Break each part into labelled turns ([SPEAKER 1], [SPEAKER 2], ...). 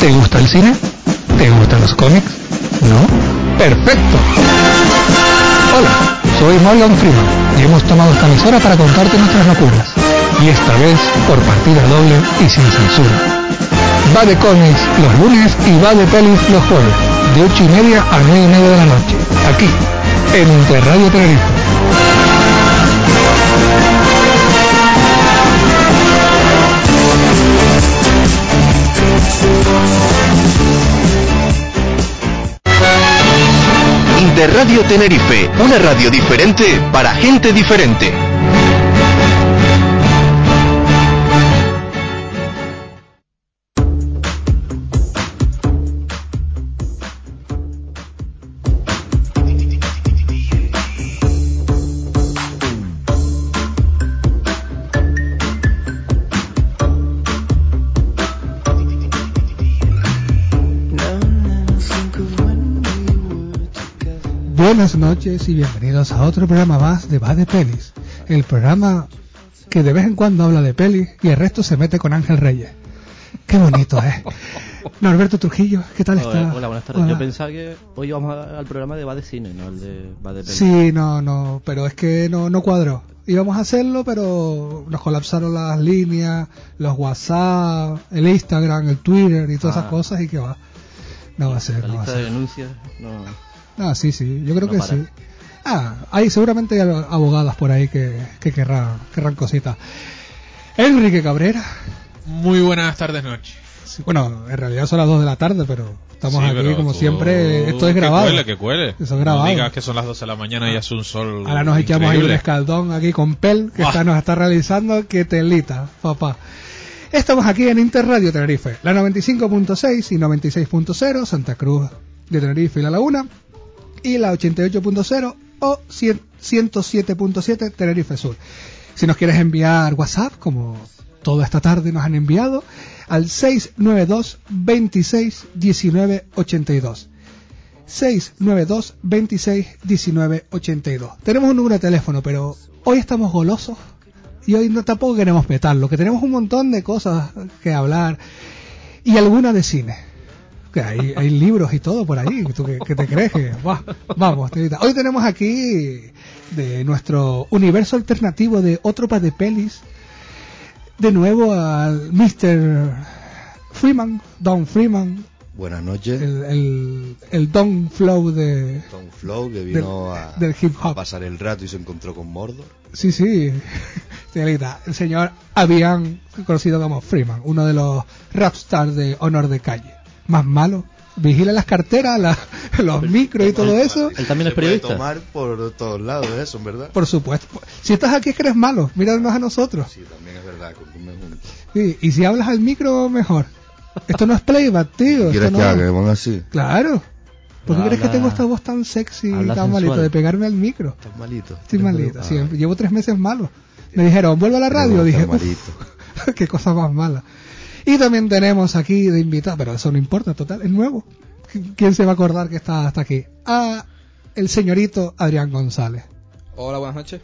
[SPEAKER 1] ¿Te gusta el cine? ¿Te gustan los cómics? ¿No? ¡Perfecto! Hola, soy Marlon Freeman y hemos tomado esta emisora para contarte nuestras locuras. Y esta vez por partida doble y sin censura. Va de cómics los lunes y va de pelis los jueves, de 8 y media a 9 y media de la noche, aquí, en Interradio Tenerife.
[SPEAKER 2] Interradio Tenerife, una radio diferente para gente diferente.
[SPEAKER 1] Buenas noches y bienvenidos a otro programa más de Va de Pelis, el programa que de vez en cuando habla de pelis y el resto se mete con Ángel Reyes. Qué bonito, ¿eh? Norberto Trujillo, ¿qué tal
[SPEAKER 3] Hola,
[SPEAKER 1] está?
[SPEAKER 3] hola, buenas tardes. Yo pensaba que hoy íbamos a- al programa de Va de Cine, no al de Va de Peli.
[SPEAKER 1] Sí, no, no, pero es que no, no cuadró. Íbamos a hacerlo, pero nos colapsaron las líneas, los WhatsApp, el Instagram, el Twitter y todas
[SPEAKER 3] Ah.
[SPEAKER 1] esas cosas y que va. No va a ser,
[SPEAKER 3] La
[SPEAKER 1] no va a
[SPEAKER 3] lista de
[SPEAKER 1] ser.
[SPEAKER 3] denuncias, no.
[SPEAKER 1] Ah, sí, sí, yo creo
[SPEAKER 3] No
[SPEAKER 1] que
[SPEAKER 3] para.
[SPEAKER 1] sí. Ah, hay seguramente hay abogadas por ahí que, que querrán, querrán cositas. Enrique Cabrera.
[SPEAKER 4] Muy buenas tardes, noche.
[SPEAKER 1] Sí, bueno, en realidad son las 2 de la tarde, pero estamos
[SPEAKER 4] Sí,
[SPEAKER 1] aquí
[SPEAKER 4] pero
[SPEAKER 1] como
[SPEAKER 4] tú-
[SPEAKER 1] siempre. Esto es grabado.
[SPEAKER 4] Que cuele, que cuele.
[SPEAKER 1] Eso es grabado.
[SPEAKER 4] No digas que son las 12 de la mañana y hace un sol.
[SPEAKER 1] Ahora nos echamos ahí un
[SPEAKER 4] increíble. Ah.
[SPEAKER 1] escaldón aquí con Pel, que
[SPEAKER 4] Buah.
[SPEAKER 1] está, nos está realizando, que telita, papá. Estamos aquí en Interradio Tenerife, la 95.6 y 96.0, Santa Cruz de Tenerife y La Laguna, y la 88.0 o 100 107.7 Tenerife Sur. Si nos quieres enviar WhatsApp, como toda esta tarde nos han enviado, al 692 26 19 82. 692 26 19 82. Tenemos un número de teléfono, pero hoy estamos golosos y hoy no tampoco queremos metarlo, que tenemos un montón de cosas que hablar y alguna de cine. Que hay, hay libros y todo por ahí, ¿tú qué, qué te crees? que- buah, vamos, Tirita. hoy tenemos aquí de nuestro universo alternativo de otro par de pelis, de nuevo al Mr. Freeman, Don Freeman,
[SPEAKER 5] Buenas noches.
[SPEAKER 1] el, el, el Don Flow de...
[SPEAKER 5] Tom Flow que vino a,
[SPEAKER 1] del hip hop.
[SPEAKER 5] a pasar el rato y se encontró con Mordo.
[SPEAKER 1] Sí, sí, señorita, el señor Avian, conocido como Freeman, uno de los rapstars de honor de calle. Más malo, vigila las carteras, la- los micros y todo eso.
[SPEAKER 3] Él también es
[SPEAKER 5] se puede
[SPEAKER 3] periodista.
[SPEAKER 5] tomar por todos lados eso, en verdad.
[SPEAKER 1] Por supuesto. Si estás aquí es que eres malo, míranos a nosotros.
[SPEAKER 5] Sí, también es verdad, confunde juntos.
[SPEAKER 1] Sí, y si hablas al micro, mejor. Esto no es playback, tío.
[SPEAKER 5] ¿Quieres
[SPEAKER 1] esto no-
[SPEAKER 5] que haga? Que ponga así.
[SPEAKER 1] Claro. ¿Por qué
[SPEAKER 3] No,
[SPEAKER 1] crees que
[SPEAKER 3] habla-
[SPEAKER 1] tengo esta voz tan sexy y
[SPEAKER 3] habla
[SPEAKER 1] tan malita
[SPEAKER 3] sensual.
[SPEAKER 1] de pegarme al micro?
[SPEAKER 5] Estás malito.
[SPEAKER 1] Estoy malito,
[SPEAKER 5] Ah,
[SPEAKER 1] siempre. Llevo tres meses malo. Me dijeron, vuelve a la
[SPEAKER 5] Pero
[SPEAKER 1] radio.
[SPEAKER 5] estás
[SPEAKER 1] Dije, "Uf,
[SPEAKER 5] malito.
[SPEAKER 1] qué cosa más mala. Y también tenemos aquí de invitado, pero eso no importa, total, es nuevo. ¿Quién se va a acordar que está hasta aquí? A el señorito Adrián González.
[SPEAKER 6] Hola, buenas noches.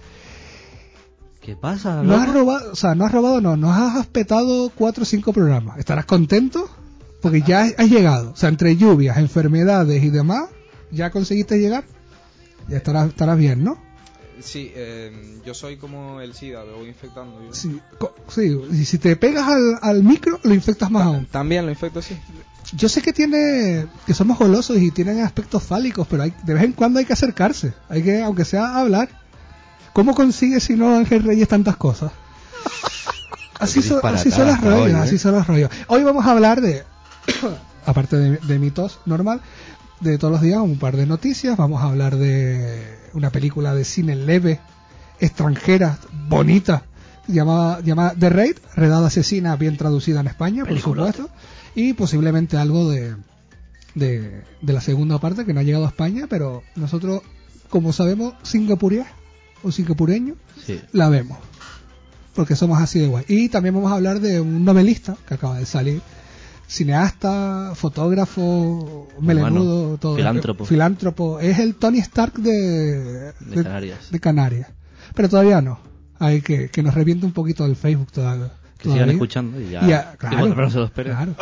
[SPEAKER 3] ¿Qué pasa?
[SPEAKER 1] No
[SPEAKER 3] loco?
[SPEAKER 1] has robado, o sea, no has robado, no, nos has aspetado cuatro o cinco programas. ¿Estarás contento? Porque ya has llegado. O sea, entre lluvias, enfermedades y demás, ya conseguiste llegar. Ya estarás, estarás bien, ¿no?
[SPEAKER 6] Sí, eh, yo soy como el SIDA, lo voy infectando. Yo.
[SPEAKER 1] Sí, co- sí, y si te pegas al, al micro, lo infectas más aún.
[SPEAKER 6] También lo infecto, sí.
[SPEAKER 1] Yo sé que tiene que somos golosos y tienen aspectos fálicos, pero hay, de vez en cuando hay que acercarse, hay que aunque sea hablar. ¿Cómo consigue si no Ángel Reyes tantas cosas? Así,
[SPEAKER 5] Qué
[SPEAKER 1] son- así son
[SPEAKER 5] disparatada
[SPEAKER 1] los rollos,
[SPEAKER 5] hoy, ¿eh?
[SPEAKER 1] así son los rollos. Hoy vamos a hablar de, aparte de, de mi tos normal, de todos los días un par de noticias. Vamos a hablar de una película de cine leve, extranjera, bonita, llamada, llamada The Raid, Redada Asesina, bien traducida en España, por supuesto. Y posiblemente algo de, de, de la segunda parte que no ha llegado a España, pero nosotros, como sabemos, singapuríes o singapureños,
[SPEAKER 3] Sí.
[SPEAKER 1] la vemos. Porque somos así de guay. Y también vamos a hablar de un novelista que acaba de salir. Cineasta, fotógrafo, melenudo, todo.
[SPEAKER 3] filántropo.
[SPEAKER 1] Filántropo. Es el Tony Stark de,
[SPEAKER 3] De Canarias.
[SPEAKER 1] de Canarias. Pero todavía no. Hay que, que nos reviente un poquito el Facebook todavía.
[SPEAKER 3] Que sigan
[SPEAKER 1] todavía.
[SPEAKER 3] escuchando y ya.
[SPEAKER 1] Y ya,
[SPEAKER 3] Y
[SPEAKER 1] claro,
[SPEAKER 3] bueno, pero se lo esperen.
[SPEAKER 1] claro.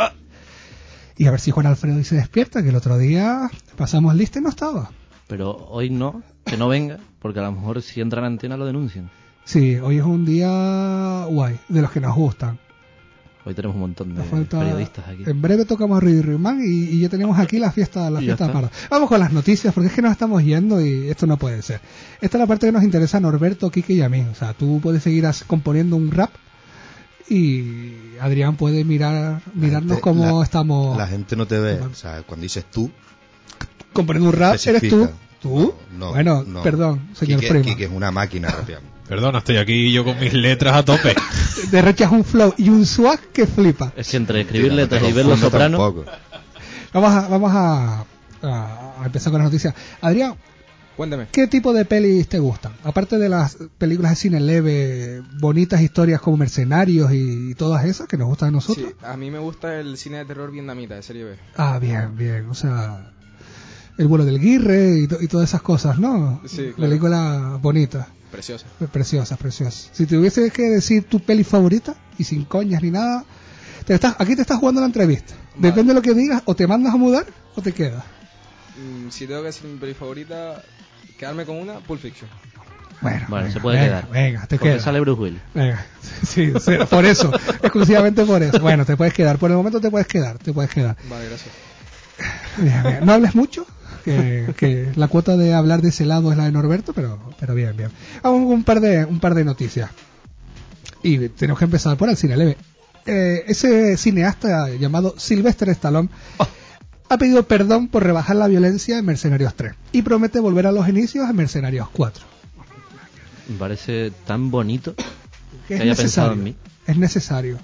[SPEAKER 1] Y a ver si Juan Alfredo hoy se despierta, que el otro día pasamos lista y no estaba.
[SPEAKER 3] Pero hoy no, que no venga, porque a lo mejor si entra en antena lo denuncian.
[SPEAKER 1] Sí, hoy es un día guay, de los que nos gustan.
[SPEAKER 3] Hoy tenemos un montón de
[SPEAKER 1] Nos falta-
[SPEAKER 3] Eh, periodistas aquí.
[SPEAKER 1] En breve tocamos a Rudy Ruyman y, y ya tenemos aquí la fiesta, la
[SPEAKER 3] Y ya
[SPEAKER 1] fiesta
[SPEAKER 3] está.
[SPEAKER 1] parda. Vamos con las noticias porque es que nos estamos yendo y esto no puede ser. Esta es la parte que nos interesa a Norberto, Quique y a mí. O sea, tú puedes seguir as- componiendo un rap y Adrián puede mirar mirarnos
[SPEAKER 5] gente-
[SPEAKER 1] cómo
[SPEAKER 5] la-
[SPEAKER 1] estamos
[SPEAKER 5] La gente no te ve. O sea, cuando dices tú,
[SPEAKER 1] componiendo un rap. Eres tú.
[SPEAKER 5] especifica.
[SPEAKER 1] ¿Tú?
[SPEAKER 5] No, no,
[SPEAKER 1] bueno,
[SPEAKER 5] no.
[SPEAKER 1] perdón, señor
[SPEAKER 5] Quique,
[SPEAKER 1] primo.
[SPEAKER 5] Quique es una máquina rapeando.
[SPEAKER 4] Perdona, estoy aquí yo con mis letras a tope.
[SPEAKER 1] Derrechas un flow y un swag que flipa.
[SPEAKER 3] Es que entre escribir letras y
[SPEAKER 5] Tampoco,
[SPEAKER 3] ver los
[SPEAKER 5] no
[SPEAKER 3] sopranos,
[SPEAKER 5] tampoco.
[SPEAKER 1] Vamos a, vamos a, a- a empezar con las noticias. Adrián,
[SPEAKER 6] Cuéntame.
[SPEAKER 1] ¿Qué tipo de pelis te gustan? Aparte de las películas de cine leve, bonitas historias como Mercenarios y, todas esas que nos gustan a nosotros.
[SPEAKER 6] Sí, a mí me gusta el cine de terror vietnamita, de serie B.
[SPEAKER 1] Ah, bien, bien. O sea, El vuelo del Guirre y, to- y todas esas cosas, ¿no?
[SPEAKER 6] Sí, claro.
[SPEAKER 1] Películas bonitas,
[SPEAKER 6] Preciosa.
[SPEAKER 1] pre- preciosas, preciosas. Si tuvieses que decir tu peli favorita y sin coñas ni nada, te estás, aquí te estás jugando la entrevista.
[SPEAKER 6] Vale.
[SPEAKER 1] Depende de lo que digas, o te mandas a mudar o te quedas.
[SPEAKER 6] Mm, si tengo que decir mi peli favorita, quedarme con una, Pulp Fiction.
[SPEAKER 1] Bueno,
[SPEAKER 3] Bueno,
[SPEAKER 1] venga,
[SPEAKER 3] se puede
[SPEAKER 1] venga,
[SPEAKER 3] quedar.
[SPEAKER 1] Venga, te
[SPEAKER 3] porque
[SPEAKER 1] quedas.
[SPEAKER 3] sale Bruce Willis.
[SPEAKER 1] Venga, Eh, sí, sí, por eso, exclusivamente por eso. Bueno, te puedes quedar, por el momento te puedes quedar, te puedes quedar.
[SPEAKER 6] Vale, gracias.
[SPEAKER 1] Bien, bien. No hables mucho, que, que la cuota de hablar de ese lado es la de Norberto, pero, pero bien, bien. Vamos con un par de, un par de noticias. Y tenemos que empezar por el cine leve. Eh, ese cineasta llamado Sylvester Stallone ha pedido perdón por rebajar la violencia en Mercenarios 3 y promete volver a los inicios en Mercenarios 4.
[SPEAKER 3] Me parece tan bonito.
[SPEAKER 1] Que es
[SPEAKER 3] Que haya pensado
[SPEAKER 1] necesario.
[SPEAKER 3] en mí.
[SPEAKER 1] Es necesario.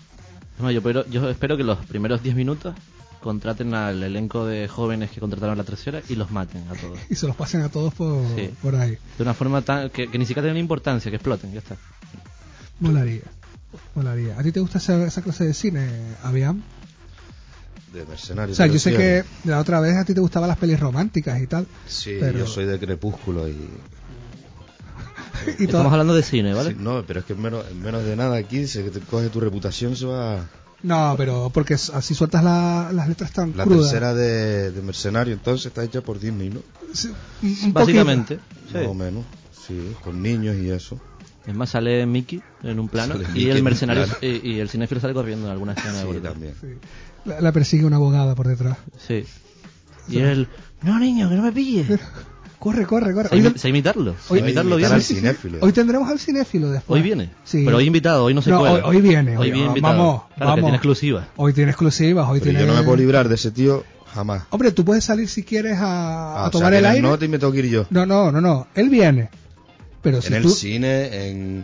[SPEAKER 3] No, yo, pero, yo espero que los primeros 10 minutos contraten al elenco de jóvenes que contrataron la tercera y los maten a todos.
[SPEAKER 1] Y se los pasen a todos por,
[SPEAKER 3] Sí.
[SPEAKER 1] por ahí.
[SPEAKER 3] De una forma tan que, que ni siquiera tengan importancia, que exploten, ya está.
[SPEAKER 1] Molaría. Molaría. ¿A ti te gusta esa, esa clase de cine, Aviam?
[SPEAKER 5] De
[SPEAKER 1] O
[SPEAKER 5] mercenario.
[SPEAKER 1] sea,
[SPEAKER 5] te
[SPEAKER 1] yo sé que
[SPEAKER 5] refieres.
[SPEAKER 1] la otra vez a ti te gustaban las pelis románticas y tal.
[SPEAKER 5] Sí,
[SPEAKER 1] pero-
[SPEAKER 5] yo soy de crepúsculo y.
[SPEAKER 1] Y
[SPEAKER 3] Estamos
[SPEAKER 1] todas-
[SPEAKER 3] hablando de cine, ¿vale?
[SPEAKER 5] Sí, no, pero es que en menos, en menos de nada aquí se te coge tu reputación, se va.
[SPEAKER 1] No, pero porque s- así sueltas la- las letras tan
[SPEAKER 5] La
[SPEAKER 1] crudas.
[SPEAKER 5] tercera de, de mercenario entonces está hecha por Disney, ¿no?
[SPEAKER 1] Sí, un- un
[SPEAKER 3] Básicamente. sí.
[SPEAKER 5] Más o menos. Sí, con niños y eso.
[SPEAKER 3] Es más, sale Mickey en un plano
[SPEAKER 5] Sale
[SPEAKER 3] y
[SPEAKER 5] Mickey en
[SPEAKER 3] el
[SPEAKER 5] un
[SPEAKER 3] mercenario
[SPEAKER 5] plano.
[SPEAKER 3] y, y el cinéfilo sale corriendo en alguna escena.
[SPEAKER 5] Sí,
[SPEAKER 3] brutal.
[SPEAKER 5] también.
[SPEAKER 1] poquito. La, la persigue una abogada por detrás.
[SPEAKER 3] Sí. Y él, no niño, que no me pille.
[SPEAKER 1] Corre, corre, corre.
[SPEAKER 3] Sé,
[SPEAKER 1] Hoy,
[SPEAKER 3] imi- sé imitarlo, sé
[SPEAKER 5] Hoy-
[SPEAKER 3] imitarlo
[SPEAKER 5] imitar
[SPEAKER 3] bien.
[SPEAKER 5] al
[SPEAKER 3] Sí, sí.
[SPEAKER 5] cinéfilo.
[SPEAKER 1] hoy tendremos al cinéfilo después.
[SPEAKER 3] Hoy viene,
[SPEAKER 1] Sí.
[SPEAKER 3] pero hoy invitado, hoy no se
[SPEAKER 1] No,
[SPEAKER 3] cuela.
[SPEAKER 1] hoy, hoy viene.
[SPEAKER 3] Hoy viene invitado.
[SPEAKER 1] Vamos,
[SPEAKER 3] Claro, que
[SPEAKER 1] vamos.
[SPEAKER 3] tiene exclusiva.
[SPEAKER 1] Hoy tiene exclusivas. Hoy
[SPEAKER 5] Pero
[SPEAKER 1] tiene...
[SPEAKER 5] yo no me puedo librar de ese tío jamás.
[SPEAKER 1] Hombre, tú puedes salir si quieres a, a
[SPEAKER 5] Ah, o sea,
[SPEAKER 1] tomar
[SPEAKER 5] que
[SPEAKER 1] el
[SPEAKER 5] las
[SPEAKER 1] aire.
[SPEAKER 5] notas y me tengo que ir yo.
[SPEAKER 1] No, no, no, no. Él viene. Pero si
[SPEAKER 5] en el
[SPEAKER 1] tú...
[SPEAKER 5] cine, en.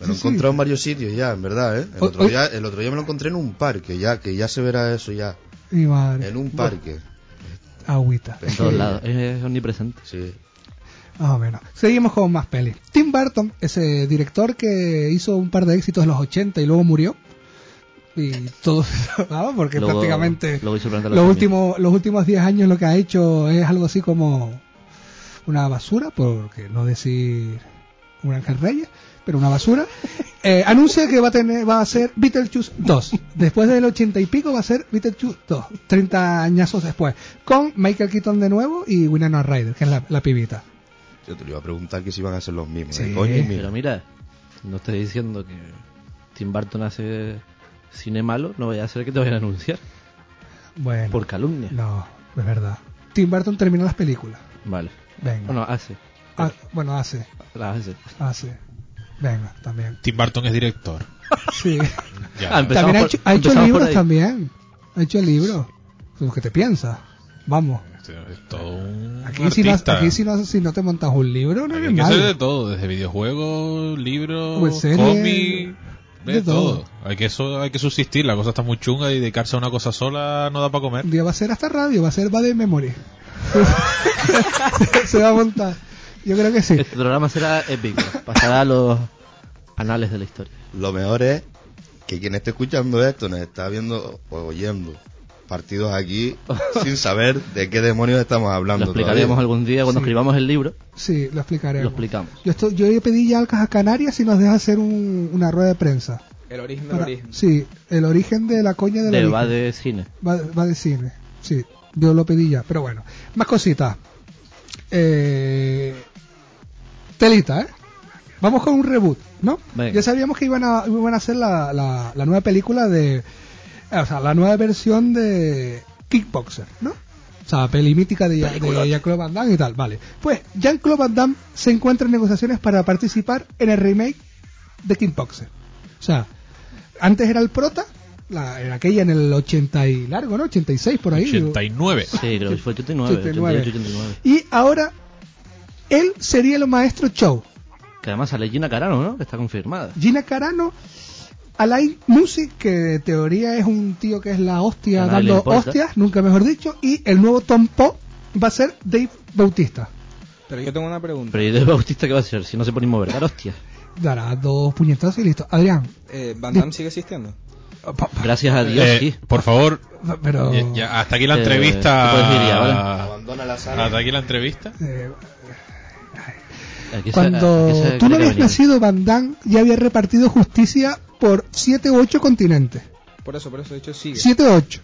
[SPEAKER 5] Me lo he
[SPEAKER 1] Sí, sí.
[SPEAKER 5] encontrado en varios sitios ya, en verdad, ¿eh? El
[SPEAKER 1] Hoy-
[SPEAKER 5] otro,
[SPEAKER 1] hoy-
[SPEAKER 5] día, el otro día me lo encontré en un parque, ya que ya se verá eso ya.
[SPEAKER 1] Mi madre.
[SPEAKER 5] En un parque,
[SPEAKER 1] Agüita.
[SPEAKER 3] En todos lados, es, es omnipresente.
[SPEAKER 5] sí.
[SPEAKER 1] Más o menos. Ah, Seguimos con más pelis. Tim Burton, ese director que hizo un par de éxitos en los 80 y luego murió. Y todo se llamaba porque
[SPEAKER 3] Luego-
[SPEAKER 1] prácticamente
[SPEAKER 3] luego hizo Planeta de los
[SPEAKER 1] los,
[SPEAKER 3] Simios.
[SPEAKER 1] últimos, los últimos 10 años lo que ha hecho es algo así como una basura, porque no decir un ángel reyes, pero una basura. Eh, anuncia que va a tener va a ser Beetlejuice 2. Después del 80 y pico va a ser Beetlejuice 2, 30 añazos después, con Michael Keaton de nuevo y Winona Ryder, que es la- la pibita.
[SPEAKER 5] Yo te lo iba a preguntar que si iban a ser los mismos.
[SPEAKER 1] Sí.
[SPEAKER 5] ¿eh? Coño, y mira.
[SPEAKER 3] Pero mira, no estoy diciendo que Tim Burton hace cine malo, no vaya a ser que te vayan a anunciar
[SPEAKER 1] Bueno.
[SPEAKER 3] por calumnia.
[SPEAKER 1] No, es verdad. Tim Burton terminó las películas.
[SPEAKER 3] Vale.
[SPEAKER 1] Venga.
[SPEAKER 3] Bueno, hace,
[SPEAKER 1] Ah, bueno, hace,
[SPEAKER 3] la hace.
[SPEAKER 1] hace. Venga, también.
[SPEAKER 4] Tim Burton es director.
[SPEAKER 1] Sí.
[SPEAKER 4] Ya.
[SPEAKER 3] Ah, empezamos
[SPEAKER 1] también ha
[SPEAKER 3] por-
[SPEAKER 1] hecho, ha hecho
[SPEAKER 3] empezamos por
[SPEAKER 1] libros
[SPEAKER 3] ahí.
[SPEAKER 1] también. Ha hecho libros. Lo que te piensas. Vamos.
[SPEAKER 4] Este Es todo un
[SPEAKER 1] Aquí, si no,
[SPEAKER 4] artista.
[SPEAKER 1] aquí si, no, si no te montas un libro, no
[SPEAKER 4] Aquí
[SPEAKER 1] eres
[SPEAKER 4] hay que hacer de
[SPEAKER 1] malo.
[SPEAKER 4] todo, desde videojuegos,
[SPEAKER 1] Pues
[SPEAKER 4] libros,
[SPEAKER 1] serie,
[SPEAKER 4] cómics, de,
[SPEAKER 1] de todo.
[SPEAKER 4] todo. Hay que so- hay que subsistir, la cosa está muy chunga y dedicarse a una cosa sola no da para comer.
[SPEAKER 1] Un día va a ser hasta radio, va a ser va de memory. Se va a montar. Yo creo que sí.
[SPEAKER 3] Este programa será épico, pasará a los anales de la historia.
[SPEAKER 5] Lo mejor es que quien esté escuchando esto nos está viendo o oyendo partidos aquí sin saber de qué demonios estamos hablando.
[SPEAKER 3] Lo explicaremos
[SPEAKER 5] todavía.
[SPEAKER 3] algún día cuando
[SPEAKER 1] Sí.
[SPEAKER 3] escribamos el libro.
[SPEAKER 1] Sí, lo explicaremos.
[SPEAKER 3] Lo explicamos.
[SPEAKER 1] Yo, estoy, yo pedí ya al Caja Canarias si nos deja hacer un- una rueda de prensa.
[SPEAKER 6] El origen del
[SPEAKER 1] Para-
[SPEAKER 6] origen.
[SPEAKER 1] Sí, el origen de la coña del
[SPEAKER 3] De
[SPEAKER 1] origen.
[SPEAKER 3] va de cine.
[SPEAKER 1] Va, va de cine. Sí, yo lo pedí ya, pero bueno. Más cositas. Eh, telita, ¿eh? Vamos con un reboot, ¿no?
[SPEAKER 3] Venga.
[SPEAKER 1] Ya sabíamos que iban a, iban a hacer la, la- la nueva película de... eh, O sea, la nueva versión de Kickboxer, ¿no? O sea, peli mítica de, de Jean-Claude Van Damme y tal, vale. Pues Jean-Claude Van Damme se encuentra en negociaciones para participar en el remake de Kickboxer. O sea, antes era el prota, la, en aquella en el 80 y largo, ¿no? 86 por ahí. digo.
[SPEAKER 4] 89.
[SPEAKER 3] Sí, creo que fue 89,
[SPEAKER 1] 89.
[SPEAKER 3] 88, 89.
[SPEAKER 1] Y ahora él sería el maestro Chow.
[SPEAKER 3] Que además sale Gina Carano, ¿no? Que está confirmada.
[SPEAKER 1] Gina Carano, Alain Musi, que de teoría es un tío que es la hostia
[SPEAKER 3] A nadie le
[SPEAKER 1] dando
[SPEAKER 3] importa.
[SPEAKER 1] hostias, nunca mejor dicho, y el nuevo Tom Po va a ser Dave Bautista.
[SPEAKER 6] Pero yo tengo una pregunta.
[SPEAKER 3] Pero ¿y de Bautista qué va a ser? Si no se pone a mover, dar hostia.
[SPEAKER 1] Dará dos puñetazos y listo. Adrián,
[SPEAKER 6] Eh, ¿Van Damme sigue existiendo?
[SPEAKER 1] pa- pa-
[SPEAKER 3] Gracias a Dios,
[SPEAKER 4] Eh,
[SPEAKER 3] sí.
[SPEAKER 4] por favor,
[SPEAKER 1] pero...
[SPEAKER 4] ya- ya, hasta aquí la
[SPEAKER 3] Eh,
[SPEAKER 4] entrevista.
[SPEAKER 3] te puedes ir ya, ¿vale?
[SPEAKER 5] Abandona la sala.
[SPEAKER 4] Hasta aquí la entrevista.
[SPEAKER 1] eh,
[SPEAKER 3] Aquí se- aquí
[SPEAKER 1] cuando
[SPEAKER 3] se- creo
[SPEAKER 1] tú no
[SPEAKER 3] que
[SPEAKER 1] habías
[SPEAKER 3] venía.
[SPEAKER 1] nacido, Van Damme ya había repartido justicia por 7 u 8 continentes.
[SPEAKER 6] Por eso, por eso, de hecho, sigue.
[SPEAKER 1] 7 u 8.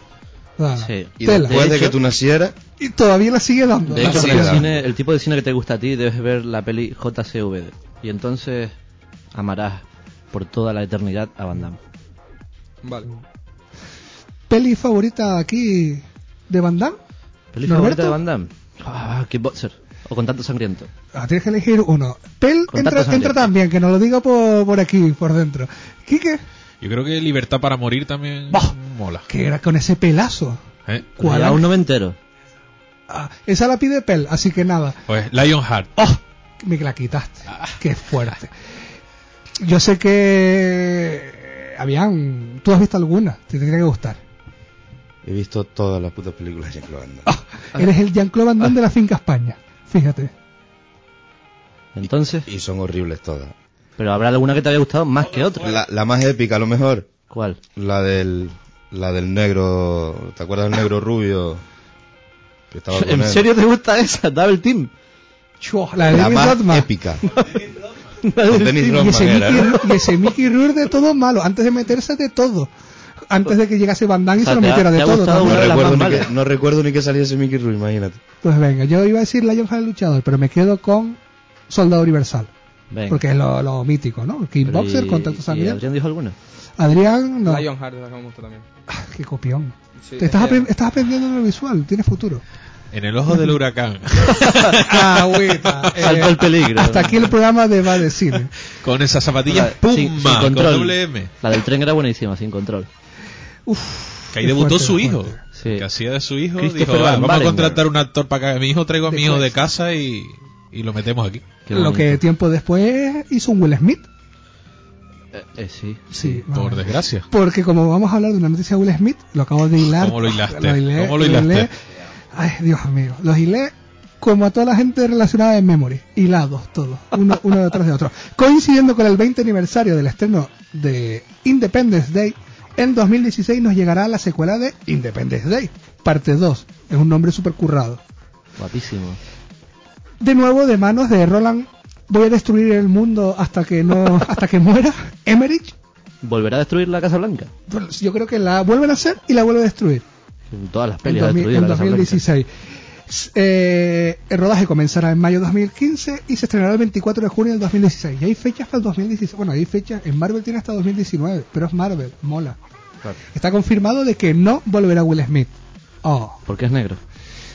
[SPEAKER 3] Sí.
[SPEAKER 5] Y
[SPEAKER 1] Tela.
[SPEAKER 5] después
[SPEAKER 3] De
[SPEAKER 5] de,
[SPEAKER 3] hecho-
[SPEAKER 5] que tú nacieras,
[SPEAKER 1] Y todavía la sigue dando.
[SPEAKER 3] De
[SPEAKER 1] La
[SPEAKER 3] hecho,
[SPEAKER 5] Sí,
[SPEAKER 1] sigue
[SPEAKER 3] para el,
[SPEAKER 5] ¿verdad?
[SPEAKER 1] dando.
[SPEAKER 3] cine- el tipo de cine que te gusta a ti debes ver la peli JCVD. Y entonces amarás por toda la eternidad a Van Damme.
[SPEAKER 6] Vale.
[SPEAKER 1] peli favorita aquí de Van Damme?
[SPEAKER 3] ¿Peli
[SPEAKER 1] ¿Norberto?
[SPEAKER 3] favorita de Van Damme? Ah, Kickboxer. O Contacto Sangriento.
[SPEAKER 1] Ah, tienes que elegir uno. Pel
[SPEAKER 3] Contacto
[SPEAKER 1] entra,
[SPEAKER 3] sangriento.
[SPEAKER 1] entra también, que nos lo diga por, por aquí, por dentro. Quique,
[SPEAKER 4] Yo creo que Libertad para Morir también
[SPEAKER 1] Bah.
[SPEAKER 4] mola.
[SPEAKER 1] que era con ese pelazo.
[SPEAKER 4] ¿eh?
[SPEAKER 1] ¿Cuál?
[SPEAKER 3] Y Aún no me entero.
[SPEAKER 1] Ah, esa la pide Pel, así que nada.
[SPEAKER 4] Pues Lionheart.
[SPEAKER 1] ¡Oh! Me la quitaste.
[SPEAKER 3] Ah.
[SPEAKER 1] ¡Qué fuerte! Yo sé que. Habían. Tú has visto alguna, te tendría que gustar.
[SPEAKER 5] he visto todas las putas películas de Jean-Claude Van Damme.
[SPEAKER 1] Ah, eres el Jean-Claude Van Damme de
[SPEAKER 3] Ah.
[SPEAKER 1] la finca España. Fíjate.
[SPEAKER 3] Entonces,
[SPEAKER 5] Y son horribles todas.
[SPEAKER 3] pero habrá alguna que te haya gustado más que otra.
[SPEAKER 5] La, la más épica, a lo mejor,
[SPEAKER 3] ¿Cuál?
[SPEAKER 5] la del, la del negro. ¿Te acuerdas del negro rubio? Que estaba con
[SPEAKER 3] ¿En
[SPEAKER 5] él.
[SPEAKER 3] serio te gusta esa? Double Team.
[SPEAKER 1] Chua, la de
[SPEAKER 5] La
[SPEAKER 1] David
[SPEAKER 5] más
[SPEAKER 1] Rodman.
[SPEAKER 5] épica.
[SPEAKER 3] Double
[SPEAKER 5] Con Dennis
[SPEAKER 3] Team.
[SPEAKER 1] Y
[SPEAKER 5] Rodman
[SPEAKER 1] ese,
[SPEAKER 5] era,
[SPEAKER 1] Mickey,
[SPEAKER 5] ¿no?
[SPEAKER 1] Rourke- y ese Mickey Rourke de todo malo, antes de meterse de todo. Antes de que llegase Van Damme y
[SPEAKER 3] O sea,
[SPEAKER 1] se lo
[SPEAKER 3] te ha-
[SPEAKER 1] metiera
[SPEAKER 3] te
[SPEAKER 1] de
[SPEAKER 3] ha
[SPEAKER 1] todo.
[SPEAKER 3] gustado
[SPEAKER 1] ¿no?
[SPEAKER 3] una
[SPEAKER 5] No
[SPEAKER 3] de las
[SPEAKER 5] recuerdo,
[SPEAKER 3] más
[SPEAKER 5] ni que,
[SPEAKER 3] malas.
[SPEAKER 5] no recuerdo ni que saliese Mickey Rourke, imagínate.
[SPEAKER 1] Pues venga, yo iba a decir la del luchador, pero me quedo con Soldado Universal.
[SPEAKER 3] Venga.
[SPEAKER 1] Porque es lo, lo mítico, ¿no?
[SPEAKER 3] Pero
[SPEAKER 1] Kickboxer,
[SPEAKER 3] y-
[SPEAKER 1] contacto
[SPEAKER 3] y
[SPEAKER 1] sangriento.
[SPEAKER 3] ¿Adrián dijo alguna?
[SPEAKER 1] Adrián, no.
[SPEAKER 6] Lionheart es la que me gusta también.
[SPEAKER 1] Ah, Qué copión.
[SPEAKER 6] Sí,
[SPEAKER 1] Te estás,
[SPEAKER 6] es que-
[SPEAKER 1] apren- estás aprendiendo en lo visual, tienes futuro.
[SPEAKER 4] En el ojo del huracán.
[SPEAKER 1] Ah, Agüita. Eh,
[SPEAKER 3] Saltó el peligro.
[SPEAKER 1] Hasta aquí el programa de Va de Cine.
[SPEAKER 4] con esas zapatillas
[SPEAKER 3] La-
[SPEAKER 4] Puma.
[SPEAKER 3] sin- sin
[SPEAKER 4] con
[SPEAKER 3] control.
[SPEAKER 4] doble M.
[SPEAKER 3] La del tren era buenísima, sin control.
[SPEAKER 1] Uf,
[SPEAKER 4] Que ahí
[SPEAKER 1] qué
[SPEAKER 4] debutó
[SPEAKER 1] fuerte,
[SPEAKER 4] su
[SPEAKER 1] qué
[SPEAKER 4] hijo.
[SPEAKER 1] fuerte.
[SPEAKER 3] Sí.
[SPEAKER 4] Que hacía de su hijo.
[SPEAKER 3] Christopher
[SPEAKER 4] Dijo, "Ah,
[SPEAKER 3] Van
[SPEAKER 4] vamos a
[SPEAKER 3] Varenberg".
[SPEAKER 4] contratar un actor para que mi hijo traiga a mi hijo de casa y, y lo metemos aquí.
[SPEAKER 3] Qué
[SPEAKER 1] lo
[SPEAKER 3] bonito.
[SPEAKER 1] que tiempo después hizo un Will Smith.
[SPEAKER 3] Eh, eh, sí.
[SPEAKER 1] Sí,
[SPEAKER 4] Por
[SPEAKER 1] vamos.
[SPEAKER 4] desgracia.
[SPEAKER 1] Porque como vamos a hablar de una noticia de Will Smith, lo acabo de hilar.
[SPEAKER 4] ¿Cómo lo hilaste?
[SPEAKER 1] hilé,
[SPEAKER 4] ¿Cómo lo hilaste?
[SPEAKER 1] hilé. Ay, Dios mío. Los hilé como a toda la gente relacionada en Memory. Hilados todos, uno, uno detrás de otro. Coincidiendo con el 20 aniversario del estreno de Independence Day, en 2016 nos llegará la secuela de Independence Day, parte 2. Es un nombre súper currado.
[SPEAKER 3] Guapísimo.
[SPEAKER 1] De nuevo, de manos de Roland, voy a destruir el mundo hasta que no, hasta que muera. Emmerich,
[SPEAKER 3] ¿Volverá a destruir la Casa Blanca?
[SPEAKER 1] pues, yo creo que la vuelven a hacer y la vuelven a destruir.
[SPEAKER 3] En todas las
[SPEAKER 1] en,
[SPEAKER 3] pelis ha
[SPEAKER 1] 2000
[SPEAKER 3] destruido
[SPEAKER 1] en
[SPEAKER 3] la Casa Blanca.
[SPEAKER 1] 2016. S- eh, el rodaje comenzará en mayo de 2015 y se estrenará el 24 de junio del 2016. Y hay fechas para el 2016. Bueno, hay fechas. En Marvel tiene hasta 2019, pero es Marvel, mola.
[SPEAKER 3] Claro.
[SPEAKER 1] Está confirmado de que no volverá Will Smith. Oh,
[SPEAKER 3] Porque es negro.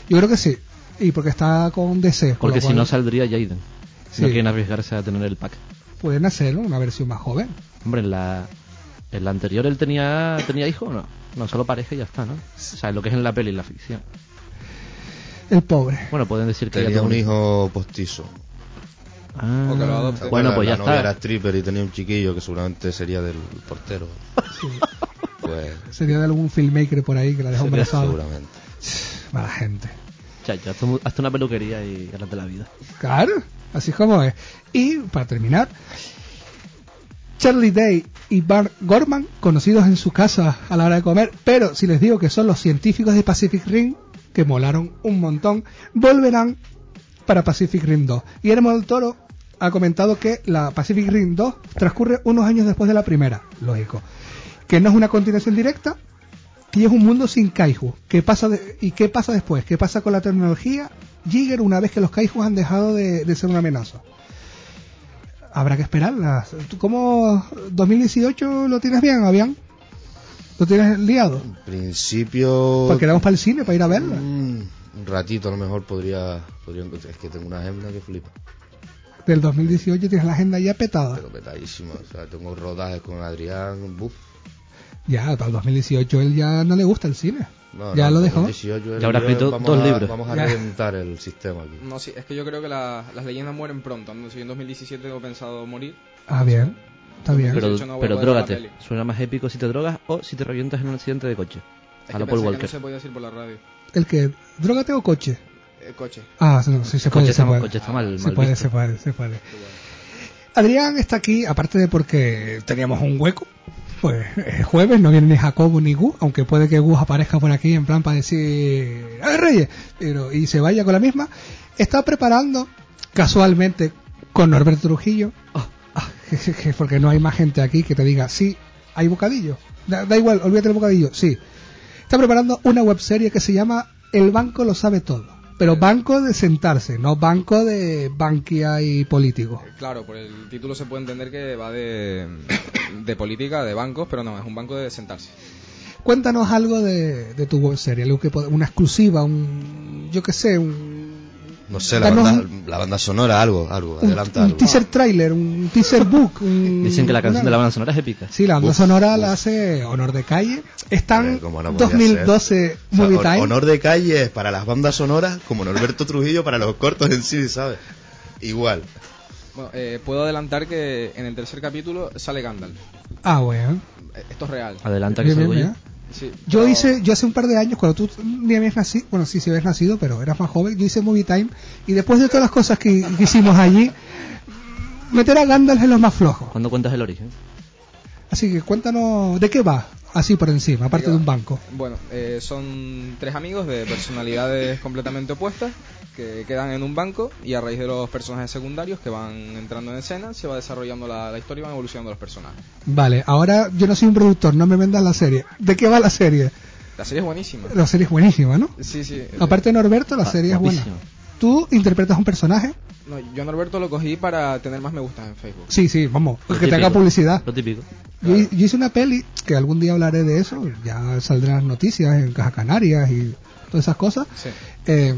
[SPEAKER 1] yo creo que sí. Y porque está con DC. con lo
[SPEAKER 3] Porque si
[SPEAKER 1] cual
[SPEAKER 3] no saldría Jaden.
[SPEAKER 1] Sí.
[SPEAKER 3] No quieren arriesgarse a tener el pack.
[SPEAKER 1] pueden hacerlo una versión más joven.
[SPEAKER 3] Hombre, en la, en la anterior él tenía, tenía hijo o no. No, solo pareja y ya está, ¿no? O sea, lo que es en la peli, en la ficción.
[SPEAKER 1] El pobre.
[SPEAKER 3] Bueno, pueden decir que ya
[SPEAKER 5] Tenía
[SPEAKER 3] tuvo
[SPEAKER 5] un hijo postizo.
[SPEAKER 3] Ah.
[SPEAKER 6] O que lo adopte.
[SPEAKER 3] Bueno,
[SPEAKER 5] Mm. La-
[SPEAKER 3] pues ya
[SPEAKER 5] la novia era
[SPEAKER 3] está.
[SPEAKER 5] stripper y tenía un chiquillo que seguramente sería del portero. Pues,
[SPEAKER 1] Sería de algún filmmaker por ahí que la dejó embarazada.
[SPEAKER 5] seguramente.
[SPEAKER 1] Mala gente.
[SPEAKER 3] Chacho, hazte un- hazte una peluquería y gánate la vida.
[SPEAKER 1] Claro, así es como es. Y para terminar, Charlie Day y Bart Gorman, conocidos en su casa a la hora de comer, pero si les digo que son los científicos de Pacific Rim, que molaron un montón, volverán para Pacific Rim 2. Guillermo del Toro ha comentado que la Pacific Rim 2 transcurre unos años después de la primera, lógico. Que no es una continuación directa, que ya es un mundo sin kaiju. ¿Qué pasa de- ¿Y qué pasa después? ¿Qué pasa con la tecnología Jigger una vez que los kaijus han dejado de, de ser una amenaza? Habrá que esperarlas. ¿Tú cómo 2018 lo tienes bien, Avian? ¿Lo tienes liado?
[SPEAKER 5] En principio.
[SPEAKER 1] Porque vamos para el cine, para ir a verla.
[SPEAKER 5] mm, un ratito a lo mejor podría, podría encontrar. Es que tengo una agenda que flipa.
[SPEAKER 1] Del 2018 tienes la agenda ya petada.
[SPEAKER 5] Pero petadísima. O sea, tengo rodajes con Adrián. Buf.
[SPEAKER 1] Ya, para el 2018 él ya no le gusta el cine.
[SPEAKER 5] No,
[SPEAKER 1] ya
[SPEAKER 5] no,
[SPEAKER 1] lo
[SPEAKER 5] con
[SPEAKER 1] dejó.
[SPEAKER 5] 18
[SPEAKER 3] Ya habrá
[SPEAKER 5] libros
[SPEAKER 3] escrito
[SPEAKER 5] vamos
[SPEAKER 3] dos
[SPEAKER 5] a-
[SPEAKER 3] libros.
[SPEAKER 5] Vamos a
[SPEAKER 1] Ya.
[SPEAKER 5] reventar el sistema aquí.
[SPEAKER 6] No, sí, es que yo creo que la- las leyendas mueren pronto. No sé, yo en 2017 tengo pensado morir.
[SPEAKER 1] Ah, bien. Está bien.
[SPEAKER 3] Pero,
[SPEAKER 6] 18 no voy a
[SPEAKER 3] pero
[SPEAKER 6] poder ver la
[SPEAKER 3] drógate.
[SPEAKER 6] peli.
[SPEAKER 3] Suena más épico si te drogas o si te revientas en un accidente de coche.
[SPEAKER 6] Es
[SPEAKER 3] a
[SPEAKER 6] que
[SPEAKER 3] la Paul
[SPEAKER 6] pensé que no
[SPEAKER 3] Walker.
[SPEAKER 6] se podía decir por la radio.
[SPEAKER 1] ¿El que ¿Drogate o coche?
[SPEAKER 6] Eh, coche.
[SPEAKER 1] Ah, no, sí, se
[SPEAKER 3] coche,
[SPEAKER 1] puede.
[SPEAKER 3] está,
[SPEAKER 1] Se
[SPEAKER 3] mal-
[SPEAKER 1] puede.
[SPEAKER 3] coche está mal.
[SPEAKER 1] Se
[SPEAKER 3] mal
[SPEAKER 1] puede,
[SPEAKER 3] visto.
[SPEAKER 1] se puede, se puede. Adrián está aquí, aparte de porque teníamos un hueco. Pues es jueves, no viene ni Jacobo ni Gus, aunque puede que Gus aparezca por aquí en plan para decir ¡Ay, Reyes! Pero, y se vaya con la misma. Está preparando, casualmente, con Norberto Trujillo,
[SPEAKER 3] Ah,
[SPEAKER 1] Ah, je- je- je, porque no hay más gente aquí que te diga, sí, hay bocadillo. Da, da igual, olvídate del bocadillo, sí. Está preparando una webserie que se llama El Banco lo sabe todo. Pero banco de sentarse, no banco de banquia y político.
[SPEAKER 6] Claro, por el título se puede entender que va de, de política, de bancos, pero no, es un banco de sentarse.
[SPEAKER 1] Cuéntanos algo de, de tu webserie, algo que pod- una exclusiva, un, yo qué sé, un,
[SPEAKER 5] No sé, la
[SPEAKER 1] Danos
[SPEAKER 5] banda,
[SPEAKER 1] un-
[SPEAKER 5] la banda sonora, algo, algo,
[SPEAKER 1] un,
[SPEAKER 5] adelanta
[SPEAKER 1] un
[SPEAKER 5] algo.
[SPEAKER 1] teaser trailer, un teaser book. un-
[SPEAKER 3] Dicen que la canción
[SPEAKER 1] una-
[SPEAKER 3] de la banda sonora es épica.
[SPEAKER 1] Sí, la banda
[SPEAKER 5] Uf,
[SPEAKER 1] sonora
[SPEAKER 5] uf.
[SPEAKER 1] la hace Honor de Calle. Están
[SPEAKER 5] Hombre, cómo no podía
[SPEAKER 1] 2012
[SPEAKER 5] O sea,
[SPEAKER 1] Movie
[SPEAKER 5] hon-
[SPEAKER 1] Time.
[SPEAKER 5] honor de calle es para las bandas sonoras, como Norberto Trujillo para los cortos en sí, ¿sabes? Igual.
[SPEAKER 6] Bueno, eh, puedo adelantar que en el tercer capítulo sale Gandalf.
[SPEAKER 1] Ah, bueno.
[SPEAKER 6] Eh, Esto es real.
[SPEAKER 3] Adelanta que
[SPEAKER 1] Bien, bien,
[SPEAKER 3] salgo yo.
[SPEAKER 1] bien.
[SPEAKER 6] Sí,
[SPEAKER 1] Yo
[SPEAKER 6] pero-
[SPEAKER 1] hice, yo hace un par de años, cuando tú ni habías nacido, bueno, sí, sí habías nacido, pero eras más joven, yo hice Movie Time, y después de todas las cosas que, que hicimos allí, meter a Gandalf es lo más flojo.
[SPEAKER 3] ¿Cuándo cuentas el origen?
[SPEAKER 1] Así que cuéntanos, ¿de qué va? Así por encima, aparte de un banco.
[SPEAKER 6] Bueno, eh, son tres amigos de personalidades completamente opuestas que quedan en un banco y a raíz de los personajes secundarios que van entrando en escena se va desarrollando la, la historia y van evolucionando los personajes.
[SPEAKER 1] Vale, ahora yo no soy un productor, no me vendas la serie. ¿De qué va la serie?
[SPEAKER 6] La serie es buenísima.
[SPEAKER 1] La serie es buenísima, ¿no?
[SPEAKER 6] Sí, sí. eh,
[SPEAKER 1] Aparte de Norberto, la
[SPEAKER 3] Ah,
[SPEAKER 1] serie es buena.
[SPEAKER 3] guapísimo.
[SPEAKER 1] Tú interpretas un personaje,
[SPEAKER 6] no, yo a Norberto lo cogí para tener más me gustas en Facebook.
[SPEAKER 1] sí, sí, vamos,
[SPEAKER 3] Lo
[SPEAKER 1] que te haga
[SPEAKER 3] típico,
[SPEAKER 1] publicidad.
[SPEAKER 3] Lo típico.
[SPEAKER 1] Yo, yo hice una peli que algún día hablaré de eso, ya saldrán las noticias en Caja Canarias y todas esas cosas.
[SPEAKER 6] Sí.
[SPEAKER 1] eh,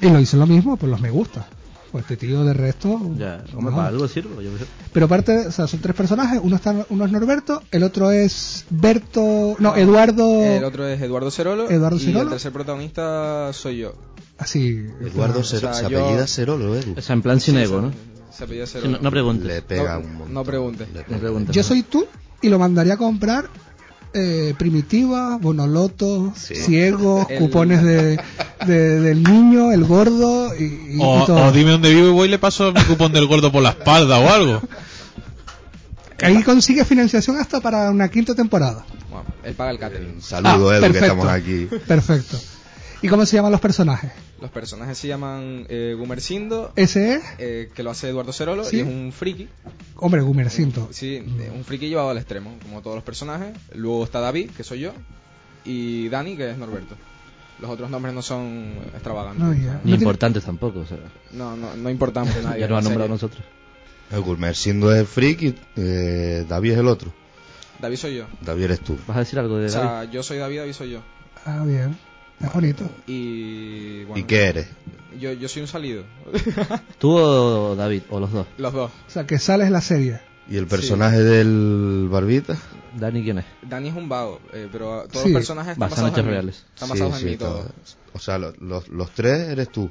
[SPEAKER 1] y lo hice lo mismo por los me gusta. Pues este tío de resto.
[SPEAKER 3] Ya,
[SPEAKER 1] no.
[SPEAKER 3] hombre, para algo sirvo. Yo,
[SPEAKER 1] Pero aparte, o sea, son tres personajes: uno, está, uno es Norberto, el otro es Berto. No, Eduardo.
[SPEAKER 6] El otro es Eduardo Cerolo
[SPEAKER 1] Oh. Eduardo
[SPEAKER 6] y
[SPEAKER 1] Cerolo.
[SPEAKER 6] el tercer protagonista soy yo.
[SPEAKER 1] Así.
[SPEAKER 5] Eduardo
[SPEAKER 1] o sea,
[SPEAKER 5] Cero,
[SPEAKER 6] sea,
[SPEAKER 5] se
[SPEAKER 6] yo-
[SPEAKER 5] apellida Cerolo, Edu.
[SPEAKER 3] o sea, en plan sin ego, ¿no?
[SPEAKER 6] Se apellida
[SPEAKER 3] Sí,
[SPEAKER 6] Cerolo.
[SPEAKER 3] no, no preguntes.
[SPEAKER 5] Le pega
[SPEAKER 6] No-
[SPEAKER 5] un montón.
[SPEAKER 6] no pregunte.
[SPEAKER 5] Le pega.
[SPEAKER 3] no preguntes.
[SPEAKER 1] Yo soy tú y lo mandaría a comprar. eh, primitiva, bonoloto,
[SPEAKER 5] Sí.
[SPEAKER 1] ciegos,
[SPEAKER 6] El-
[SPEAKER 1] cupones de, de- del niño, el gordo y, y- y
[SPEAKER 4] O,
[SPEAKER 1] todo.
[SPEAKER 4] o dime dónde vivo y voy y le paso mi cupón del gordo por la espalda o algo.
[SPEAKER 1] Ahí consigue financiación hasta para una quinta temporada.
[SPEAKER 6] Bueno, él paga el catering.
[SPEAKER 5] Un saludo,
[SPEAKER 1] Ah,
[SPEAKER 5] Edu,
[SPEAKER 1] perfecto.
[SPEAKER 5] que estamos aquí.
[SPEAKER 1] Perfecto. ¿Y cómo se llaman los personajes?
[SPEAKER 6] Los personajes se llaman eh, Gumercindo,
[SPEAKER 1] Ese es,
[SPEAKER 6] eh, que lo hace Eduardo Cerolo
[SPEAKER 1] Sí.
[SPEAKER 6] y es un friki.
[SPEAKER 1] hombre, Gumercinto.
[SPEAKER 6] Sí, eh, un friki llevado al extremo, como todos los personajes. Luego está David, que soy yo, y Dani, que es Norberto. Los otros nombres no son extravagantes.
[SPEAKER 1] No,
[SPEAKER 6] No,
[SPEAKER 1] ya.
[SPEAKER 3] Ni
[SPEAKER 1] No tiene-
[SPEAKER 3] importantes tampoco. O sea,
[SPEAKER 6] no, no, importamos a nadie.
[SPEAKER 3] ya nos
[SPEAKER 6] en
[SPEAKER 3] han nombrado a
[SPEAKER 6] serio.
[SPEAKER 3] nosotros.
[SPEAKER 5] El Gurmersindo es el freak y eh, David es el otro.
[SPEAKER 6] David soy yo.
[SPEAKER 5] David eres tú.
[SPEAKER 3] ¿Vas a decir algo de
[SPEAKER 6] O
[SPEAKER 3] David?
[SPEAKER 6] sea, yo soy David, David soy yo.
[SPEAKER 1] Ah, bien. Es bonito.
[SPEAKER 6] Y bueno,
[SPEAKER 5] ¿Y qué eres?
[SPEAKER 6] Yo, yo soy un salido.
[SPEAKER 3] ¿Tú o David? O los dos.
[SPEAKER 6] los dos.
[SPEAKER 1] O sea, que sales la serie.
[SPEAKER 5] ¿Y el personaje del Barbita?
[SPEAKER 3] ¿Dani quién es?
[SPEAKER 6] Dani es un vago, eh, pero todos
[SPEAKER 1] Sí,
[SPEAKER 6] los personajes están
[SPEAKER 3] basado en
[SPEAKER 6] basados en
[SPEAKER 3] hechos
[SPEAKER 6] mí.
[SPEAKER 3] reales.
[SPEAKER 6] Están basados en mí
[SPEAKER 5] todo.
[SPEAKER 6] todos.
[SPEAKER 5] O sea, lo- los, los tres eres tú.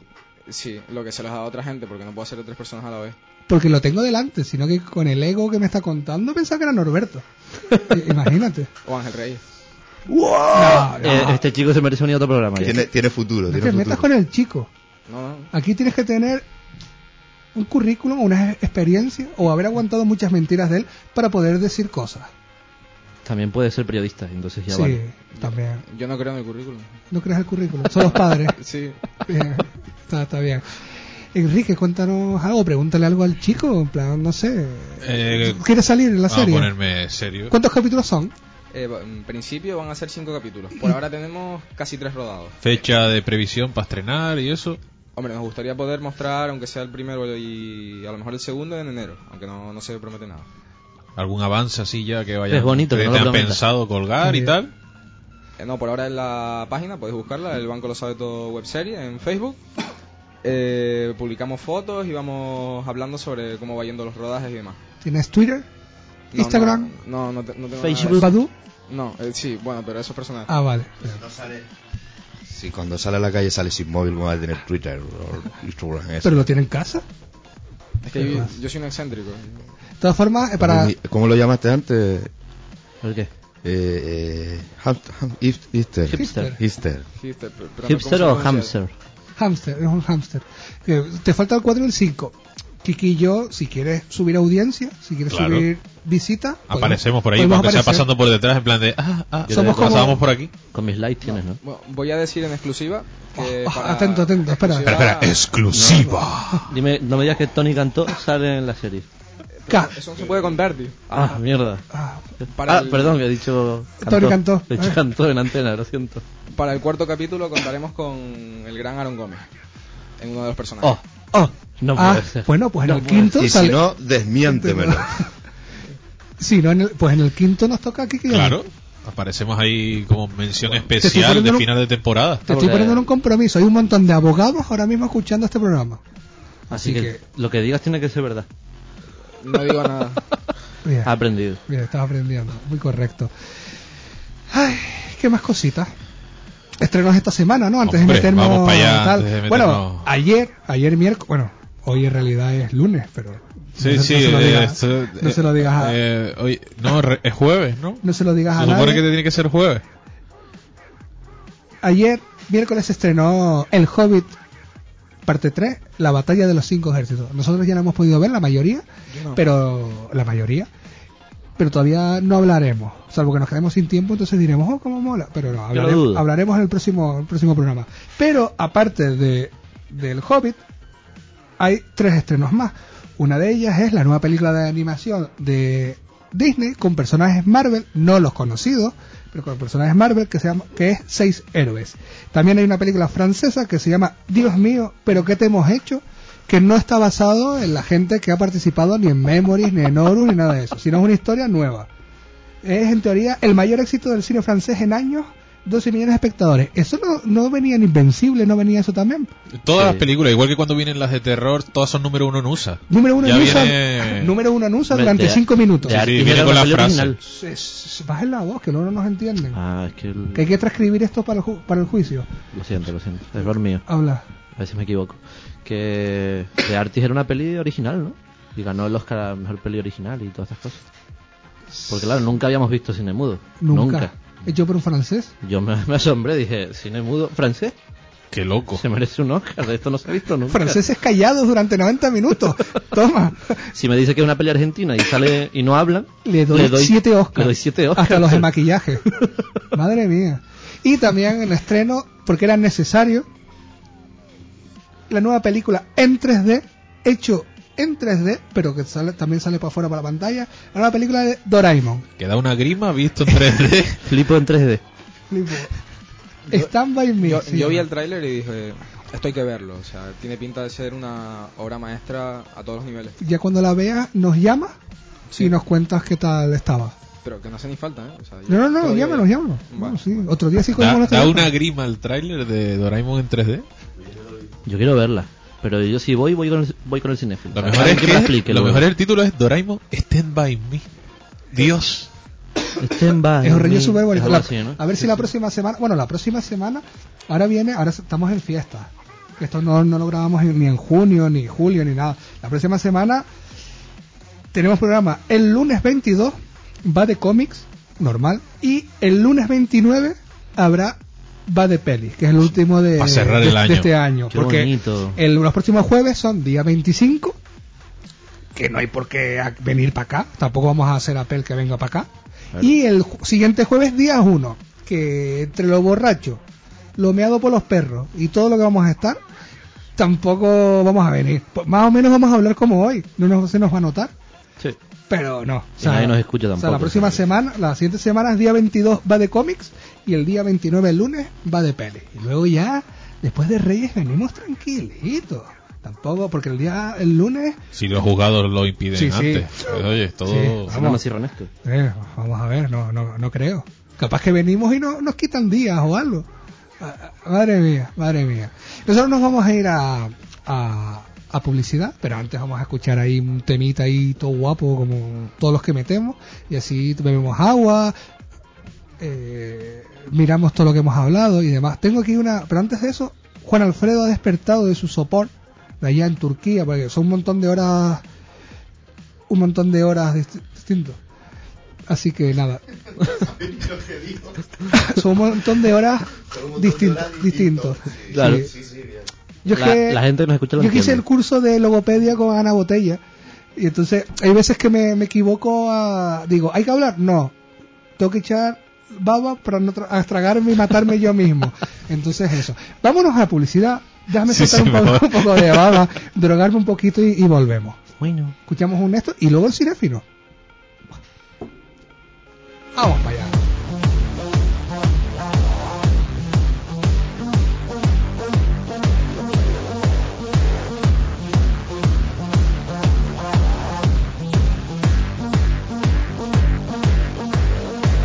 [SPEAKER 6] Sí, lo que se los da a otra gente, porque no puedo hacer de tres personas a la vez.
[SPEAKER 1] Porque lo tengo delante, sino que con el ego que me está contando pensaba que era Norberto. I- Imagínate.
[SPEAKER 6] O Ángel Reyes.
[SPEAKER 1] No, no.
[SPEAKER 6] Ah.
[SPEAKER 3] Eh, este chico se merece venir a otro programa. ya.
[SPEAKER 5] Tiene, tiene futuro,
[SPEAKER 1] No
[SPEAKER 5] tiene
[SPEAKER 1] te
[SPEAKER 5] futuro.
[SPEAKER 1] metas con el chico.
[SPEAKER 6] No, no.
[SPEAKER 1] Aquí tienes que tener un currículum, una experiencia o haber aguantado muchas mentiras de él para poder decir cosas.
[SPEAKER 3] También puede ser periodista, entonces ya
[SPEAKER 1] sí,
[SPEAKER 3] vale.
[SPEAKER 1] también.
[SPEAKER 6] Yo no creo en el currículum.
[SPEAKER 1] No creas el currículum, son los padres.
[SPEAKER 6] Sí.
[SPEAKER 1] Bien, está, está bien. Enrique, cuéntanos algo, pregúntale algo al chico, en plan, no sé.
[SPEAKER 4] Eh,
[SPEAKER 1] ¿Quieres salir en la
[SPEAKER 4] vamos a
[SPEAKER 1] serie?
[SPEAKER 4] ponerme serio.
[SPEAKER 1] ¿Cuántos capítulos son?
[SPEAKER 6] eh, va- en principio van a ser cinco capítulos. Por ahora tenemos casi tres rodados.
[SPEAKER 4] Fecha de previsión para estrenar y eso.
[SPEAKER 6] Hombre, nos gustaría poder mostrar, aunque sea el primero y a lo mejor el segundo, en enero, aunque no, no se promete nada.
[SPEAKER 4] ¿Algún avance así ya que vayan
[SPEAKER 3] Es bonito,
[SPEAKER 4] que
[SPEAKER 3] que no lo
[SPEAKER 4] tengan
[SPEAKER 3] prometas.
[SPEAKER 4] pensado colgar y
[SPEAKER 1] Sí.
[SPEAKER 4] tal?
[SPEAKER 6] Eh, no, por ahora en la página, podéis buscarla, el Banco lo sabe todo webserie, en Facebook. Eh, publicamos fotos y vamos hablando sobre cómo va yendo los rodajes y demás.
[SPEAKER 1] ¿Tienes Twitter?
[SPEAKER 6] No,
[SPEAKER 1] Instagram.
[SPEAKER 6] No, no, no, te- no tengo nada de eso.
[SPEAKER 1] ¿Facebook? ¿Badu?
[SPEAKER 6] No, eh, sí, bueno, pero eso es personal.
[SPEAKER 1] Ah, vale.
[SPEAKER 5] Si cuando sale a la calle sale sin móvil, ¿cómo va a tener Twitter o Instagram? Eso.
[SPEAKER 1] Pero lo tiene en casa.
[SPEAKER 6] es que yo,
[SPEAKER 1] más?
[SPEAKER 6] yo soy un excéntrico.
[SPEAKER 1] De todas formas, eh, para...
[SPEAKER 5] ¿Cómo lo llamaste antes? Eh,
[SPEAKER 3] ¿Por qué?
[SPEAKER 5] eh, Ham- Ham- Hip- Hipster.
[SPEAKER 3] Hipster.
[SPEAKER 5] Hipster.
[SPEAKER 6] Hipster, pero- pero no,
[SPEAKER 3] ¿Hipster
[SPEAKER 6] ¿cómo
[SPEAKER 3] o
[SPEAKER 6] se pronuncia?
[SPEAKER 3] hamster?
[SPEAKER 1] Hamster, es un hamster. Que te falta el 4 y el 5. Kiki y yo, si quieres subir audiencia, si quieres
[SPEAKER 4] Claro.
[SPEAKER 1] subir visita, podemos-
[SPEAKER 4] Aparecemos por ahí,
[SPEAKER 1] podemos
[SPEAKER 4] aunque sea
[SPEAKER 1] aparecer.
[SPEAKER 4] pasando por detrás, en plan de. Ah, ah,
[SPEAKER 1] Yo Somos te- como-
[SPEAKER 4] pasábamos por aquí.
[SPEAKER 3] Con mis likes tienes, ¿no?
[SPEAKER 6] Bueno, voy a decir en exclusiva que
[SPEAKER 1] Oh, oh,
[SPEAKER 6] para-
[SPEAKER 1] atento, atento, espera.
[SPEAKER 6] exclusiva-
[SPEAKER 4] Espera, espera, exclusiva.
[SPEAKER 3] Dime, no me digas que Tony Cantó sale en la serie.
[SPEAKER 1] Ca-
[SPEAKER 6] Eso no se puede contar, tío.
[SPEAKER 3] Ah, mierda.
[SPEAKER 1] ah,
[SPEAKER 3] ah,
[SPEAKER 6] Para el-
[SPEAKER 3] perdón, que he dicho.
[SPEAKER 1] Tony Cantó.
[SPEAKER 3] He dicho
[SPEAKER 1] Ah.
[SPEAKER 3] Cantó en antena, lo siento.
[SPEAKER 6] Para el cuarto capítulo contaremos con el gran Aaron Gómez en uno de los personajes.
[SPEAKER 3] Oh, oh, no
[SPEAKER 1] ah,
[SPEAKER 3] puede ser.
[SPEAKER 1] bueno, pues en
[SPEAKER 3] No
[SPEAKER 1] el
[SPEAKER 3] puede
[SPEAKER 1] quinto
[SPEAKER 5] Y
[SPEAKER 1] sale-
[SPEAKER 5] si no, desmiéntemelo.
[SPEAKER 1] si no, en el- pues en el quinto nos toca a Kiki. y a mí.
[SPEAKER 4] Claro, aparecemos ahí como mención
[SPEAKER 1] estoy
[SPEAKER 4] especial
[SPEAKER 1] poniendo
[SPEAKER 4] de
[SPEAKER 1] un-
[SPEAKER 4] final de temporada.
[SPEAKER 1] Te estoy
[SPEAKER 3] Porque-
[SPEAKER 1] poniendo en un compromiso. Hay un montón de abogados ahora mismo escuchando este programa.
[SPEAKER 3] Así
[SPEAKER 1] así
[SPEAKER 3] que, lo que digas tiene que ser verdad.
[SPEAKER 4] Oh.
[SPEAKER 6] No digo nada.
[SPEAKER 1] Bien,
[SPEAKER 3] Ha aprendido.
[SPEAKER 1] bien, estás aprendiendo. Muy correcto. Ay, ¿qué más cositas? Estrenos esta semana, ¿no? Antes
[SPEAKER 4] Hombre,
[SPEAKER 1] de meternos.
[SPEAKER 4] vamos pa' allá,
[SPEAKER 1] tal.
[SPEAKER 4] antes de
[SPEAKER 1] Bueno,
[SPEAKER 4] meternos-
[SPEAKER 1] ayer, ayer miércoles. Bueno, hoy en realidad es lunes, pero.
[SPEAKER 4] Sí,
[SPEAKER 1] no, se-
[SPEAKER 4] sí,
[SPEAKER 1] No se lo
[SPEAKER 4] eh,
[SPEAKER 1] digas,
[SPEAKER 4] esto-
[SPEAKER 1] no
[SPEAKER 4] eh,
[SPEAKER 1] se lo digas a,
[SPEAKER 4] eh, hoy- no, re- es jueves, ¿no?
[SPEAKER 1] no se lo digas
[SPEAKER 4] Se
[SPEAKER 1] a
[SPEAKER 4] supone
[SPEAKER 1] nadie.
[SPEAKER 4] que tiene que ser jueves.
[SPEAKER 1] Ayer, miércoles, se estrenó El Hobbit, parte 3, La batalla de los cinco ejércitos. Nosotros ya la hemos podido ver, la mayoría, pero. La mayoría. Pero todavía no hablaremos, salvo que nos quedemos sin tiempo, entonces diremos, oh, cómo mola. Pero no, hablare-
[SPEAKER 3] dudo.
[SPEAKER 1] hablaremos en el próximo, el próximo programa. Pero aparte de, del Hobbit, hay tres estrenos más. Una de ellas es la nueva película de animación de Disney con personajes Marvel, no los conocidos, pero con personajes Marvel que se llama que es Seis Héroes. También hay una película francesa que se llama Dios mío, pero qué te hemos hecho, que no está basado en la gente que ha participado ni en Memories, ni en Horus, ni nada de eso, sino es una historia nueva. Es en teoría el mayor éxito del cine francés en años, 12 millones de espectadores. Eso no, no venía en Invencible, no venía eso también.
[SPEAKER 4] Todas
[SPEAKER 3] Sí.
[SPEAKER 4] las películas, igual que cuando vienen las de terror, todas son número uno en USA.
[SPEAKER 1] Número uno
[SPEAKER 4] Ya
[SPEAKER 1] en USA,
[SPEAKER 4] viene-
[SPEAKER 1] número uno en USA
[SPEAKER 3] Hombre,
[SPEAKER 1] durante
[SPEAKER 3] te-
[SPEAKER 1] 5 minutos.
[SPEAKER 3] te
[SPEAKER 4] Sí,
[SPEAKER 3] arquimeda
[SPEAKER 4] viene con la
[SPEAKER 3] pelea
[SPEAKER 4] frase.
[SPEAKER 1] Es- es- Bajen la voz, que luego no nos entienden.
[SPEAKER 3] Ah, es que. el-
[SPEAKER 1] Que hay que transcribir esto para el, ju- para el juicio.
[SPEAKER 3] Lo siento, lo siento. Error mío.
[SPEAKER 1] Habla.
[SPEAKER 3] A veces me equivoco. Que. De Artis era una peli original, ¿no? Y ganó el Oscar a mejor peli original y todas estas cosas. Porque, claro, nunca habíamos visto cine mudo.
[SPEAKER 1] Nunca. Hecho por un francés.
[SPEAKER 3] Yo me, me asombré, dije, cine mudo francés.
[SPEAKER 4] Qué loco.
[SPEAKER 3] Se merece un Oscar, de esto no se ha visto nunca.
[SPEAKER 1] Franceses callados durante 90 minutos. Toma.
[SPEAKER 3] Si me dice que es una peli argentina y sale y no hablan,
[SPEAKER 1] Le doy 7
[SPEAKER 3] Le
[SPEAKER 1] Oscars.
[SPEAKER 3] doy siete Oscars.
[SPEAKER 1] Hasta los de maquillaje. Madre mía. Y también en estreno, porque era necesario, la nueva película en 3D, hecho en 3D, pero que sale- también sale para afuera para la pantalla, la nueva película de Doraemon.
[SPEAKER 4] Que da una grima visto en 3D.
[SPEAKER 3] Flipo en 3D.
[SPEAKER 1] Flipo. Stand by me.
[SPEAKER 6] Yo,
[SPEAKER 1] sí.
[SPEAKER 6] yo vi el tráiler y dije, esto hay que verlo. O sea, tiene pinta de ser una obra maestra a todos los niveles.
[SPEAKER 1] Ya cuando la veas, nos llamas
[SPEAKER 6] Sí.
[SPEAKER 1] y nos cuentas qué tal estaba.
[SPEAKER 6] Pero que no hace ni falta, ¿eh? O sea, yo-
[SPEAKER 1] No, no,
[SPEAKER 6] te
[SPEAKER 1] no,
[SPEAKER 6] lo digo
[SPEAKER 1] llámanos,
[SPEAKER 6] ya.
[SPEAKER 1] llámanos.
[SPEAKER 6] Vale.
[SPEAKER 1] Vamos, sí. Otro día sí
[SPEAKER 4] da,
[SPEAKER 1] cogemos
[SPEAKER 4] da
[SPEAKER 1] la
[SPEAKER 4] una grima el tráiler de Doraemon en 3D.
[SPEAKER 3] Yo quiero verla. Pero yo si voy, voy con el, voy con el cinéfilo.
[SPEAKER 4] Lo
[SPEAKER 3] O sea,
[SPEAKER 4] mejor, es
[SPEAKER 3] alguien me
[SPEAKER 4] que-
[SPEAKER 3] explique,
[SPEAKER 4] lo
[SPEAKER 3] luego.
[SPEAKER 4] mejor el título es Doraemon Stand By Me. Dios.
[SPEAKER 3] Stand by
[SPEAKER 1] Es un rollo
[SPEAKER 3] me.
[SPEAKER 1] súper bonito.
[SPEAKER 3] Es algo
[SPEAKER 1] La-
[SPEAKER 3] así, ¿no?
[SPEAKER 1] A ver si la próxima semana, bueno, la próxima semana, ahora viene, ahora estamos en fiesta. Que Esto no, no lo grabamos en- ni en junio, ni julio, ni nada. La próxima semana tenemos programa el lunes 22, va de cómics, normal, y el lunes 29 habrá va de pelis, que es el último de,
[SPEAKER 4] Pa' cerrar
[SPEAKER 1] de-
[SPEAKER 4] el
[SPEAKER 1] de
[SPEAKER 4] año.
[SPEAKER 1] este año.
[SPEAKER 3] Qué
[SPEAKER 1] porque
[SPEAKER 3] bonito.
[SPEAKER 1] el- los próximos jueves son día 25, que no hay por qué a- venir para acá, tampoco vamos a hacer apel que venga para acá. Y el ju- siguiente jueves, día 1, que entre lo borracho, lo meado por los perros y todo lo que vamos a estar, tampoco vamos a venir. Pues más o menos vamos a hablar como hoy, no nos, se nos va a notar.
[SPEAKER 3] Sí.
[SPEAKER 1] Pero no.
[SPEAKER 3] Y nadie nos escucha
[SPEAKER 1] o sea, la
[SPEAKER 3] tampoco,
[SPEAKER 1] próxima
[SPEAKER 3] ¿sabes?
[SPEAKER 1] semana, la siguiente semana, el día 22 va de cómics y el día 29, el lunes, va de peli. Y luego ya, después de Reyes, venimos tranquilitos. Tampoco, porque el día, el lunes,
[SPEAKER 4] Si los juzgados lo impiden
[SPEAKER 1] Sí, sí.
[SPEAKER 4] antes. Pues, oye, todo.
[SPEAKER 1] Sí.
[SPEAKER 3] Vamos. más cierran esto.
[SPEAKER 1] eh, vamos a ver, no, no, no creo. Capaz que venimos y no, nos quitan días o algo. Ah, ah, Madre mía, madre mía. Nosotros nos vamos a ir a, a, a publicidad, pero antes vamos a escuchar ahí un temita ahí todo guapo, como todos los que metemos, y así bebemos agua, eh, miramos todo lo que hemos hablado y demás. Tengo aquí una, pero antes de eso, Juan Alfredo ha despertado de su sopor de allá en Turquía, porque son un montón de horas, un montón de horas dist- distintos. Así que nada, son un montón de horas distintos. distintos.
[SPEAKER 3] Claro.
[SPEAKER 1] Sí. Yo, es
[SPEAKER 3] la,
[SPEAKER 1] que-
[SPEAKER 3] la gente que nos escucha lo
[SPEAKER 1] yo que hice el
[SPEAKER 3] entiende.
[SPEAKER 1] curso de logopedia con Ana Botella. Y entonces, hay veces que me, me equivoco a. Digo, ¿hay que hablar? No. Tengo que echar baba para no tra- a tragarme y matarme yo mismo. Entonces, eso. Vámonos a la publicidad. Déjame
[SPEAKER 4] Sí,
[SPEAKER 1] soltar
[SPEAKER 4] sí,
[SPEAKER 1] un, poco-
[SPEAKER 4] mejor.
[SPEAKER 1] un poco de baba, drogarme un poquito y, y volvemos.
[SPEAKER 3] Bueno.
[SPEAKER 1] Escuchamos un esto y luego el cinéfilo. Vamos para allá.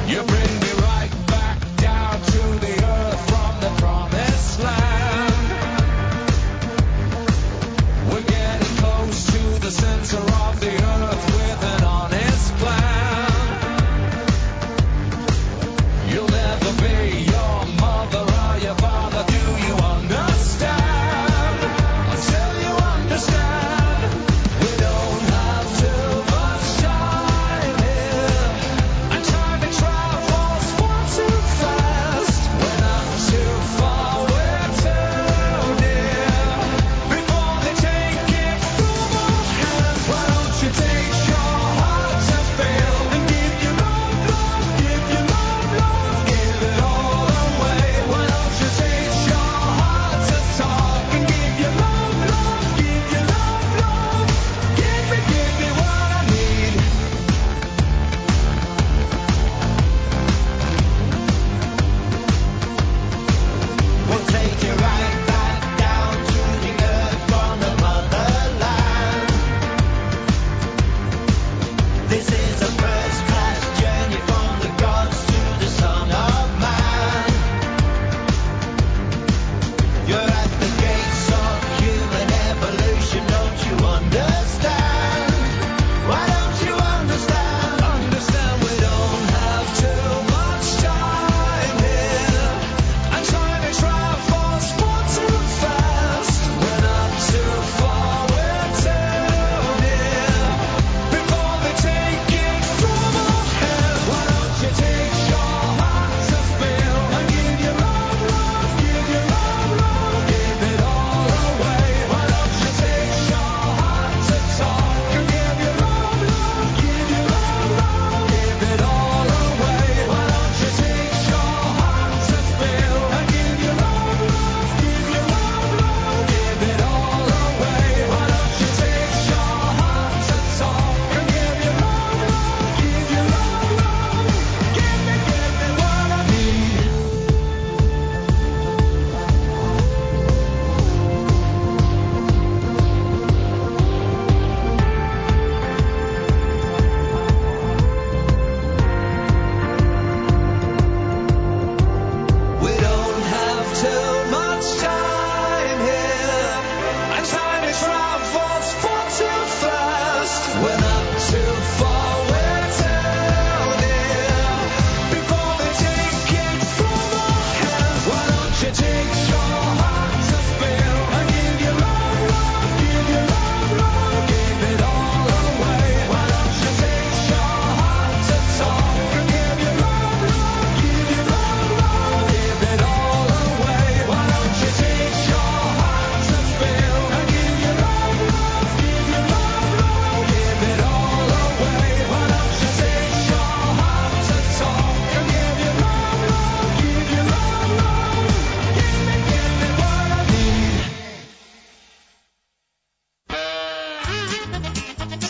[SPEAKER 7] You bring me right back down to the earth from the promised land. We're getting close to the center of the earth with an honest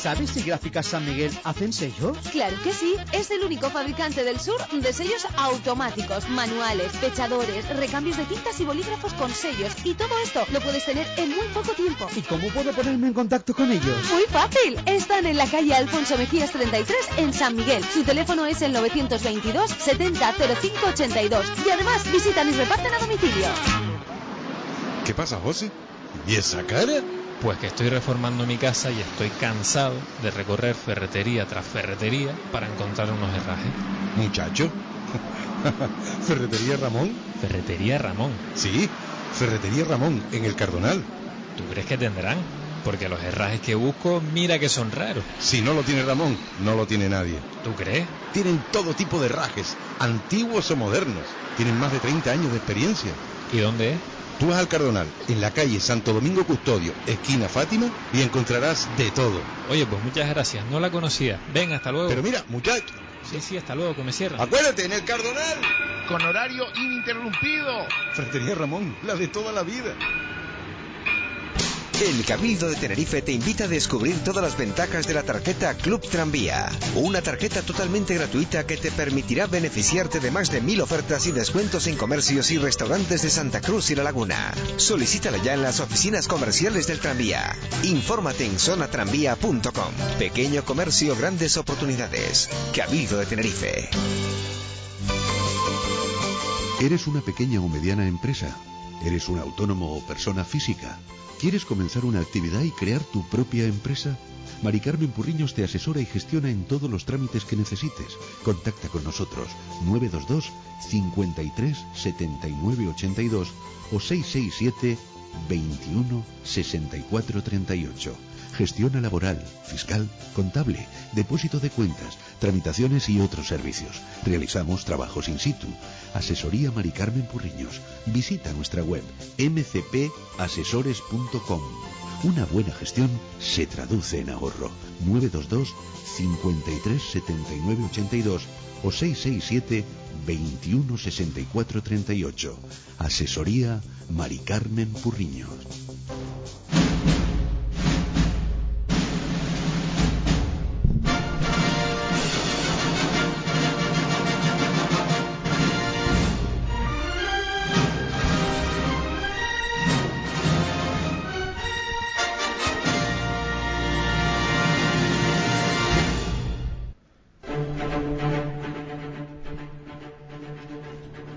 [SPEAKER 8] ¿Sabes si Gráficas San Miguel hacen sellos?
[SPEAKER 9] Claro que sí, es el único fabricante del sur de sellos automáticos, manuales, fechadores, recambios de cintas y bolígrafos con sellos. Y todo esto lo puedes tener en muy poco tiempo.
[SPEAKER 8] ¿Y cómo puedo ponerme en contacto con ellos?
[SPEAKER 9] Muy fácil. Están en la calle Alfonso Mejías 33 en San Miguel. Su teléfono es el 922 70 05 82. Y además visitan y reparten a domicilio.
[SPEAKER 4] ¿Qué pasa, José? ¿Y esa cara?
[SPEAKER 10] Pues que estoy reformando mi casa y estoy cansado de recorrer ferretería tras ferretería para encontrar unos herrajes.
[SPEAKER 4] Muchacho. ¿Ferretería Ramón?
[SPEAKER 10] Ferretería Ramón.
[SPEAKER 4] Sí, Ferretería Ramón, en el Cardonal.
[SPEAKER 10] ¿Tú crees que tendrán? Porque los herrajes que busco, mira que son raros.
[SPEAKER 4] Si no lo tiene Ramón, no lo tiene nadie.
[SPEAKER 10] ¿Tú crees?
[SPEAKER 4] Tienen todo tipo de rajes, antiguos o modernos. Tienen más de 30 años de experiencia.
[SPEAKER 10] ¿Y dónde es?
[SPEAKER 4] Tú vas al Cardonal, en la calle Santo Domingo Custodio, esquina Fátima, y encontrarás de todo.
[SPEAKER 10] Oye, pues muchas gracias. No la conocía. Ven, hasta luego.
[SPEAKER 4] Pero mira, muchacho,
[SPEAKER 10] Sí, sí, hasta luego, que me cierran.
[SPEAKER 4] acuérdate, en el Cardonal.
[SPEAKER 11] Con horario ininterrumpido.
[SPEAKER 4] Ferretería Ramón, la de toda la vida.
[SPEAKER 12] El Cabildo de Tenerife te invita a descubrir todas las ventajas de la tarjeta Club Tranvía. Una tarjeta totalmente gratuita que te permitirá beneficiarte de más de mil ofertas y descuentos en comercios y restaurantes de Santa Cruz y La Laguna. Solicítala ya en las oficinas comerciales del tranvía. Infórmate en zonatranvía.com. Pequeño comercio, grandes oportunidades. Cabildo de Tenerife.
[SPEAKER 4] ¿Eres una pequeña o mediana empresa? ¿Eres un autónomo o persona física? ¿Quieres comenzar una actividad y crear tu propia empresa? Mari Carmen Purriños te asesora y gestiona en todos los trámites que necesites. Contacta con nosotros 922 53 79 82 o 667 21 64 38. Gestión laboral, fiscal, contable, depósito de cuentas, tramitaciones y otros servicios. Realizamos trabajos in situ. Asesoría Mari Carmen Purriños. Visita nuestra web mcpasesores.com. Una buena gestión se traduce en ahorro. 922 53 79 82 o 667 21 64 38. Asesoría Mari Carmen Purriños.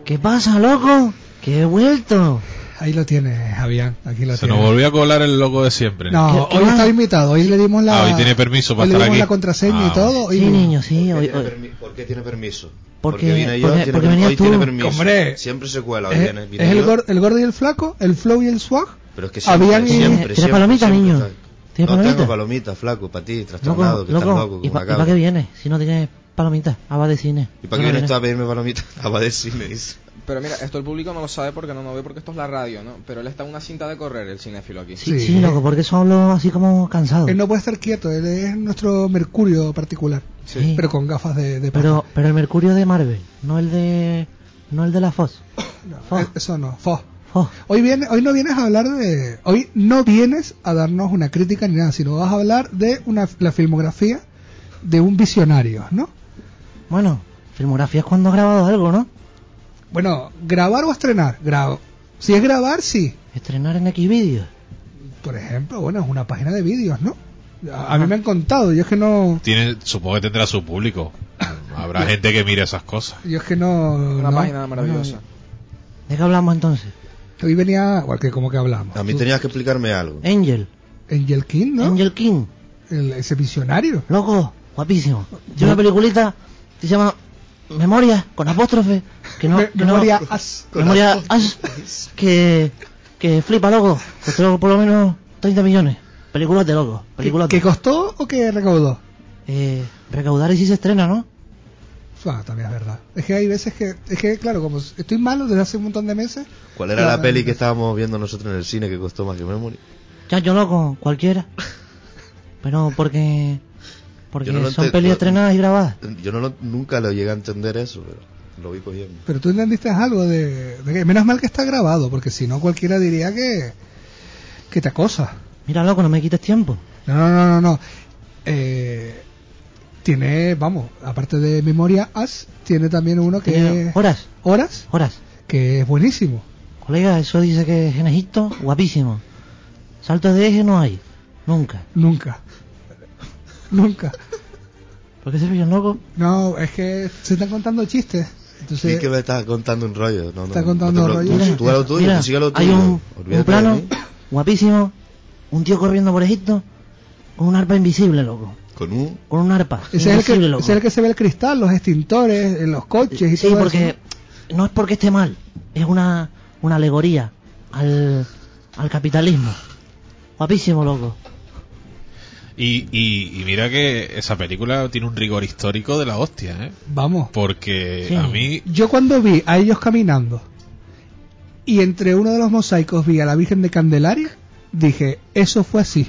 [SPEAKER 8] ¿Qué pasa, loco? Que he vuelto.
[SPEAKER 1] Ahí lo tienes, Javián. Aquí lo
[SPEAKER 13] Se
[SPEAKER 1] tienes.
[SPEAKER 13] nos volvió a colar el loco de siempre.
[SPEAKER 1] No,
[SPEAKER 8] ¿Qué- qué
[SPEAKER 1] hoy
[SPEAKER 8] va?
[SPEAKER 1] está invitado. Hoy le dimos la.
[SPEAKER 13] Ah, hoy tiene permiso para
[SPEAKER 1] hoy le
[SPEAKER 13] estar
[SPEAKER 1] dimos
[SPEAKER 13] aquí.
[SPEAKER 1] la contraseña y
[SPEAKER 13] Ah,
[SPEAKER 1] todo.
[SPEAKER 8] Sí,
[SPEAKER 1] y-
[SPEAKER 8] niño, sí.
[SPEAKER 5] ¿Por
[SPEAKER 8] Hoy,
[SPEAKER 5] qué
[SPEAKER 8] hoy-
[SPEAKER 5] tiene permi- ¿Por qué tiene permiso?
[SPEAKER 8] Porque-
[SPEAKER 5] vine yo,
[SPEAKER 8] porque-
[SPEAKER 5] tiene
[SPEAKER 8] porque
[SPEAKER 5] permi-
[SPEAKER 8] venías
[SPEAKER 5] hoy
[SPEAKER 8] tú.
[SPEAKER 5] tiene permiso.
[SPEAKER 1] Hombre.
[SPEAKER 5] Siempre se cuela, hoy
[SPEAKER 1] Es,
[SPEAKER 5] viene.
[SPEAKER 1] es
[SPEAKER 5] Vine
[SPEAKER 1] el,
[SPEAKER 5] yo,
[SPEAKER 1] gor- el gordo y el flaco, el flow y el swag.
[SPEAKER 5] Pero es que
[SPEAKER 1] habían-
[SPEAKER 5] siempre, siempre,
[SPEAKER 8] ¿Tienes
[SPEAKER 5] siempre,
[SPEAKER 8] palomita,
[SPEAKER 5] siempre
[SPEAKER 8] niño?
[SPEAKER 5] está-
[SPEAKER 8] ¿Tienes
[SPEAKER 5] no
[SPEAKER 8] palomita?
[SPEAKER 5] tengo palomita, flaco, para ti,
[SPEAKER 8] loco,
[SPEAKER 5] trastornado, que estás loco,
[SPEAKER 8] ¿y
[SPEAKER 5] como
[SPEAKER 8] para
[SPEAKER 5] acabo.
[SPEAKER 8] qué vienes? Si no tienes palomitas, ah, va de cine.
[SPEAKER 5] ¿Y para qué vienes tú a pedirme palomita? A va decir, me dice.
[SPEAKER 6] Pero mira, esto el público no lo sabe porque no lo ve porque esto es la radio, ¿no? Pero él está en una cinta de correr, el cinéfilo aquí.
[SPEAKER 8] Sí,
[SPEAKER 1] Sí.
[SPEAKER 8] sí, loco, porque eso hablo así como cansado.
[SPEAKER 1] Él no puede estar quieto. Él es nuestro mercurio particular.
[SPEAKER 8] Sí.
[SPEAKER 1] Pero con gafas de. de
[SPEAKER 8] Pero, pero el Mercurio de Marvel, no el de. No el de la Fox.
[SPEAKER 1] No, eh,
[SPEAKER 8] Fo.
[SPEAKER 1] Eso no, fo.
[SPEAKER 8] Fox.
[SPEAKER 1] Hoy, viene, hoy no vienes a hablar de. Hoy no vienes a darnos una crítica ni nada, sino vas a hablar de una, la filmografía de un visionario, ¿no?
[SPEAKER 8] Bueno, filmografía es cuando ha grabado algo, ¿no?
[SPEAKER 1] Bueno, grabar o estrenar, grabo. Si es grabar, sí.
[SPEAKER 8] Estrenar en Xvideos.
[SPEAKER 1] Por ejemplo, bueno, es una página de vídeos, ¿no? A, a mí me han contado, yo es que no.
[SPEAKER 13] Tiene, supongo que tendrá su público. Habrá gente que mire esas cosas.
[SPEAKER 1] Yo es que no.
[SPEAKER 6] Una
[SPEAKER 1] no.
[SPEAKER 6] página maravillosa.
[SPEAKER 8] ¿De qué hablamos entonces?
[SPEAKER 1] Hoy venía. Igual que como que hablamos.
[SPEAKER 5] A mí tenías que explicarme algo.
[SPEAKER 8] Angel.
[SPEAKER 1] Angel King, ¿no?
[SPEAKER 8] Angel King.
[SPEAKER 1] El- ese visionario.
[SPEAKER 8] Loco, guapísimo. Tiene una peliculita que se llama Memoria, con apóstrofe. Que no,
[SPEAKER 1] Me-
[SPEAKER 8] que no-
[SPEAKER 1] memoria as.
[SPEAKER 8] Memoria Ash, que, que flipa, loco. Costó por lo menos 30 millones. Películas de loco.
[SPEAKER 1] ¿Que,
[SPEAKER 8] Películas
[SPEAKER 1] que costó o que recaudó?
[SPEAKER 8] eh, Recaudar y si se estrena, ¿no?
[SPEAKER 1] Ah, también es verdad. Es que hay veces que. Es que, claro, como estoy malo desde hace un montón de meses.
[SPEAKER 5] ¿Cuál era
[SPEAKER 1] Claro.
[SPEAKER 5] la peli que estábamos viendo nosotros en el cine que costó más que Memory?
[SPEAKER 8] Chacho loco, cualquiera. Pero porque. Porque
[SPEAKER 5] Yo no lo
[SPEAKER 8] son
[SPEAKER 5] entiendo.
[SPEAKER 8] pelis estrenadas y grabadas.
[SPEAKER 5] Yo no lo- nunca lo llegué a entender eso, pero lo vi cogiendo.
[SPEAKER 1] Pero tú entendiste algo de, de que. Menos mal que está grabado, porque si no, cualquiera diría que. que te acosa.
[SPEAKER 8] Mira, loco, no me quites tiempo.
[SPEAKER 1] No, no, no, no. no. eh, tiene, vamos, aparte de memoria AS, tiene también uno que
[SPEAKER 9] Tiene
[SPEAKER 1] es... ¿Horas? ¿Horas?
[SPEAKER 9] Horas.
[SPEAKER 1] Que es buenísimo.
[SPEAKER 9] Colega, eso dice que es en Egipto, guapísimo. Saltos de eje no hay. Nunca.
[SPEAKER 1] Nunca. Nunca.
[SPEAKER 9] ¿Por qué se pillan loco?
[SPEAKER 1] No, es que se están contando chistes. Entonces,
[SPEAKER 5] Sí, que me estás contando un rollo. No, no,
[SPEAKER 1] Está
[SPEAKER 5] no te
[SPEAKER 1] contando
[SPEAKER 5] preocupes.
[SPEAKER 1] rollo.
[SPEAKER 5] Tú, tú a lo tuyo,
[SPEAKER 9] Mira,
[SPEAKER 5] tú sigue a lo tuyo.
[SPEAKER 9] hay un,
[SPEAKER 5] Olvídate
[SPEAKER 9] un
[SPEAKER 5] de
[SPEAKER 9] plano
[SPEAKER 5] mí.
[SPEAKER 9] guapísimo, un tío corriendo por Egipto con un arpa invisible, loco.
[SPEAKER 5] Con un...
[SPEAKER 9] Con un arpa
[SPEAKER 1] ese, es el
[SPEAKER 9] invisible,
[SPEAKER 1] que,
[SPEAKER 9] loco.
[SPEAKER 1] ese es el que se ve el cristal, los extintores, en los coches y
[SPEAKER 9] Sí,
[SPEAKER 1] todo eso,
[SPEAKER 9] porque no es porque esté mal, es una, una alegoría al, al capitalismo. Guapísimo, loco.
[SPEAKER 4] Y, y, y mira que esa película tiene un rigor histórico de la hostia, ¿eh?
[SPEAKER 1] Vamos.
[SPEAKER 4] Porque
[SPEAKER 1] Sí.
[SPEAKER 4] a mí...
[SPEAKER 1] Yo cuando vi a ellos caminando y entre uno de los mosaicos vi a la Virgen de Candelaria, dije, eso fue así.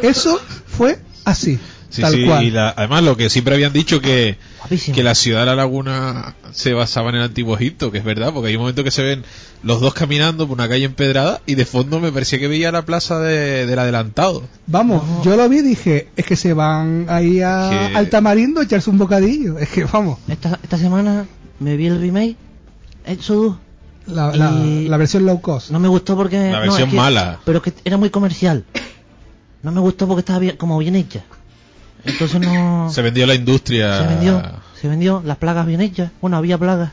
[SPEAKER 1] Eso fue así.
[SPEAKER 4] Sí,
[SPEAKER 1] tal
[SPEAKER 4] sí,
[SPEAKER 1] cual.
[SPEAKER 4] y la- además lo que siempre habían dicho que,
[SPEAKER 9] Guapísimo.
[SPEAKER 4] que la ciudad de la laguna se basaba en el antiguo Egipto, que es verdad, porque hay un momento que se ven los dos caminando por una calle empedrada y de fondo me parecía que veía la plaza de- del adelantado.
[SPEAKER 1] Vamos, yo lo vi y dije, es que se van ahí a,
[SPEAKER 4] Que-
[SPEAKER 1] al tamarindo a echarse un bocadillo. Es que vamos,
[SPEAKER 9] Esta, esta semana me vi el remake, Exodus.
[SPEAKER 1] la, la-
[SPEAKER 9] Y-
[SPEAKER 1] la versión low cost.
[SPEAKER 9] No me gustó porque.
[SPEAKER 4] La
[SPEAKER 9] Eh, no,
[SPEAKER 4] versión
[SPEAKER 9] es que-
[SPEAKER 4] mala.
[SPEAKER 9] Pero es que era muy comercial. No me gustó porque estaba bien- como bien hecha. Entonces no.
[SPEAKER 4] Se vendió la industria.
[SPEAKER 9] se vendió. Se vendió las plagas bien hechas. Bueno, había plagas.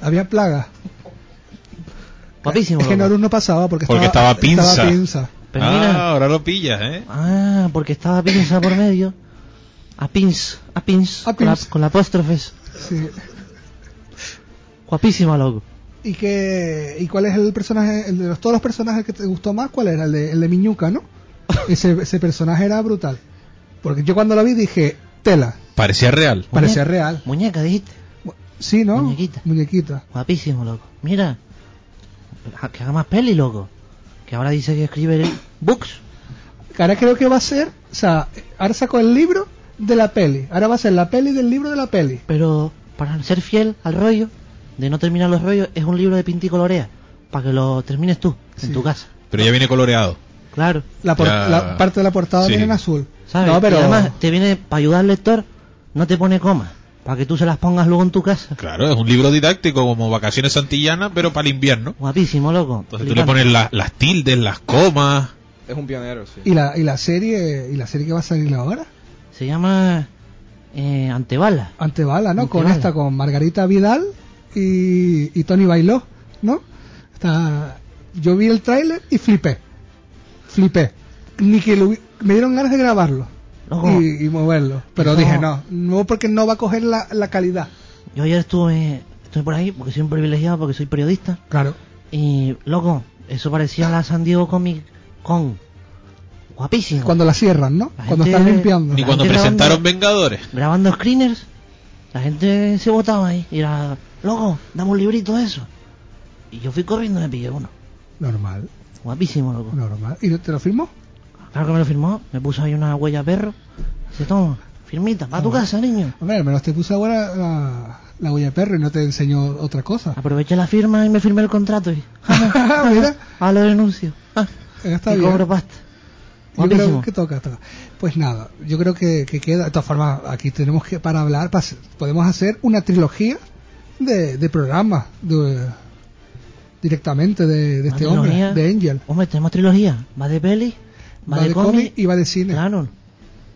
[SPEAKER 1] Había plagas.
[SPEAKER 9] Guapísimo.
[SPEAKER 1] es que
[SPEAKER 9] loco.
[SPEAKER 1] Norus no pasaba porque,
[SPEAKER 4] Porque
[SPEAKER 1] estaba,
[SPEAKER 4] estaba pinza.
[SPEAKER 1] pinza.
[SPEAKER 9] Pero
[SPEAKER 4] ah,
[SPEAKER 9] mira.
[SPEAKER 4] ahora lo pillas, ¿eh?
[SPEAKER 9] Ah, porque estaba pinza por medio. A pins. A pins.
[SPEAKER 1] A
[SPEAKER 9] con, la-
[SPEAKER 1] pins.
[SPEAKER 9] con la apóstrofes.
[SPEAKER 1] Ah, Sí.
[SPEAKER 9] Guapísima, loco.
[SPEAKER 1] ¿Y, qué, ¿Y cuál es el personaje, el de los, todos los personajes que te gustó más? ¿Cuál era? El de, el de Miñuca, ¿no? Ese, ese personaje era brutal. Porque yo cuando lo vi dije, tela,
[SPEAKER 4] Parecía real.
[SPEAKER 1] parecía
[SPEAKER 9] Muñeca-
[SPEAKER 1] real.
[SPEAKER 9] Muñeca, dijiste.
[SPEAKER 1] Sí, ¿no?
[SPEAKER 9] Muñequita.
[SPEAKER 1] Muñequita.
[SPEAKER 9] Guapísimo, loco. Mira, ha- que haga más peli, loco. Que ahora dice que escribe books.
[SPEAKER 1] Que Ahora creo que va a ser, o sea, ahora sacó el libro de la peli. Ahora va a ser la peli del libro de la peli.
[SPEAKER 9] Pero para ser fiel al rollo, de no terminar los rollos, es un libro de pinticolorea. Para que lo termines tú, en tu casa.
[SPEAKER 4] Pero ya viene coloreado.
[SPEAKER 9] Claro.
[SPEAKER 1] La, por-
[SPEAKER 4] Ya.
[SPEAKER 1] la parte de la portada
[SPEAKER 4] Sí.
[SPEAKER 1] viene en azul.
[SPEAKER 9] ¿Sabes?
[SPEAKER 1] No, pero
[SPEAKER 9] Y además, te viene para ayudar al lector, no te pone comas. Para que tú se las pongas luego en tu casa.
[SPEAKER 4] Claro, es un libro didáctico como Vacaciones Santillanas, pero para el invierno.
[SPEAKER 9] Guapísimo, loco.
[SPEAKER 4] Entonces tú le
[SPEAKER 9] Flipante.
[SPEAKER 4] pones la- las tildes, las comas.
[SPEAKER 6] Es un pionero, sí.
[SPEAKER 1] y la y la serie y la serie que va a salir ahora,
[SPEAKER 9] Se llama eh, Antebala.
[SPEAKER 1] Antebala, ¿no? Con
[SPEAKER 9] Antebala.
[SPEAKER 1] esta con Margarita Vidal y, y Tony Bailó, ¿no? Está- yo vi el tráiler y flipé. Flipé. Ni que lo hubi- me dieron ganas de grabarlo
[SPEAKER 9] Loco,
[SPEAKER 1] y, y moverlo, pero
[SPEAKER 9] Eso-
[SPEAKER 1] dije no, no porque no va a coger la, la calidad.
[SPEAKER 9] yo ayer estuve, estuve por ahí porque soy un privilegiado, porque soy periodista.
[SPEAKER 1] Claro.
[SPEAKER 9] Y, loco, eso parecía la San Diego Comic Con. Guapísimo.
[SPEAKER 1] Cuando la cierran, ¿no?
[SPEAKER 9] La
[SPEAKER 1] Cuando
[SPEAKER 9] gente-
[SPEAKER 1] están limpiando.
[SPEAKER 4] Ni
[SPEAKER 9] La
[SPEAKER 4] cuando
[SPEAKER 9] gente
[SPEAKER 4] presentaron
[SPEAKER 9] grabando-
[SPEAKER 4] Vengadores.
[SPEAKER 9] Grabando screeners, la gente se votaba ahí. Y era, loco, dame un librito de eso. Y yo fui corriendo y me pillé uno.
[SPEAKER 1] Normal,
[SPEAKER 9] Guapísimo, loco.
[SPEAKER 1] normal. ¿Y te lo firmó?
[SPEAKER 9] Claro que me lo firmó. Me puso ahí una huella perro. Se toma, firmita, para tu casa, niño.
[SPEAKER 1] Hombre, al menos te puse ahora la, la huella de perro y no te enseñó otra cosa.
[SPEAKER 9] Aproveché la firma y me firmé el contrato. Y,
[SPEAKER 1] Mira,
[SPEAKER 9] a lo denuncio. Ah,
[SPEAKER 1] está
[SPEAKER 9] y
[SPEAKER 1] bien.
[SPEAKER 9] cobro pasta.
[SPEAKER 1] Yo creo
[SPEAKER 9] Guapísimo.
[SPEAKER 1] que toca, toca. Pues nada, yo creo que, que queda. De todas formas, aquí tenemos que, para hablar, pas- podemos hacer una trilogía de, de programas de- directamente de, de
[SPEAKER 9] Una
[SPEAKER 1] este hombre,
[SPEAKER 9] trilogía.
[SPEAKER 1] de Angel.
[SPEAKER 9] Hombre, tenemos trilogía. Va de peli, va,
[SPEAKER 1] Va de cómic y va de cine.
[SPEAKER 9] Claro.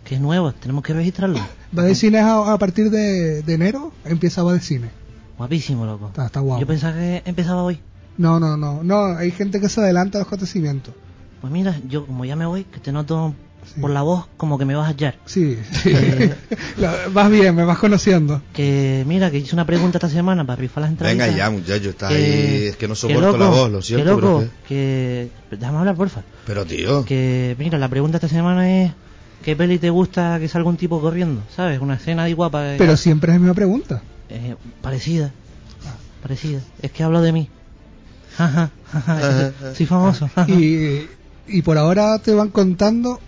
[SPEAKER 9] Que es nuevo, tenemos que registrarlo.
[SPEAKER 1] Va de cine a, a partir de, de enero, empieza va de cine.
[SPEAKER 9] Guapísimo, loco.
[SPEAKER 1] Está, está guapo.
[SPEAKER 9] Yo pensaba que empezaba hoy.
[SPEAKER 1] No, no, no, no, hay gente que se adelanta a los acontecimientos.
[SPEAKER 9] Pues mira, yo como ya me voy, que te noto por la voz como que me vas a hallar.
[SPEAKER 1] Sí, sí. Lo- vas bien, me vas conociendo.
[SPEAKER 9] Que mira, que hice una pregunta esta semana para rifar las entradas.
[SPEAKER 5] Venga ya, muchacho, estás ahí. Es que no soporto
[SPEAKER 9] Eh, loco,
[SPEAKER 5] la voz, lo
[SPEAKER 9] Que
[SPEAKER 5] siento,
[SPEAKER 9] loco,
[SPEAKER 5] pero, es
[SPEAKER 9] que... Déjame hablar, porfa.
[SPEAKER 5] que- pero tío.
[SPEAKER 9] Que mira, la pregunta esta semana es... ¿Qué peli te gusta que salga un tipo corriendo? ¿Sabes? Una escena ahí guapa. eh,
[SPEAKER 1] Pero siempre es la misma pregunta.
[SPEAKER 9] eh, parecida. Parecida. Es que hablo de mí. Jaja, jaja, Soy famoso. jaja.
[SPEAKER 1] y, y por ahora te van contando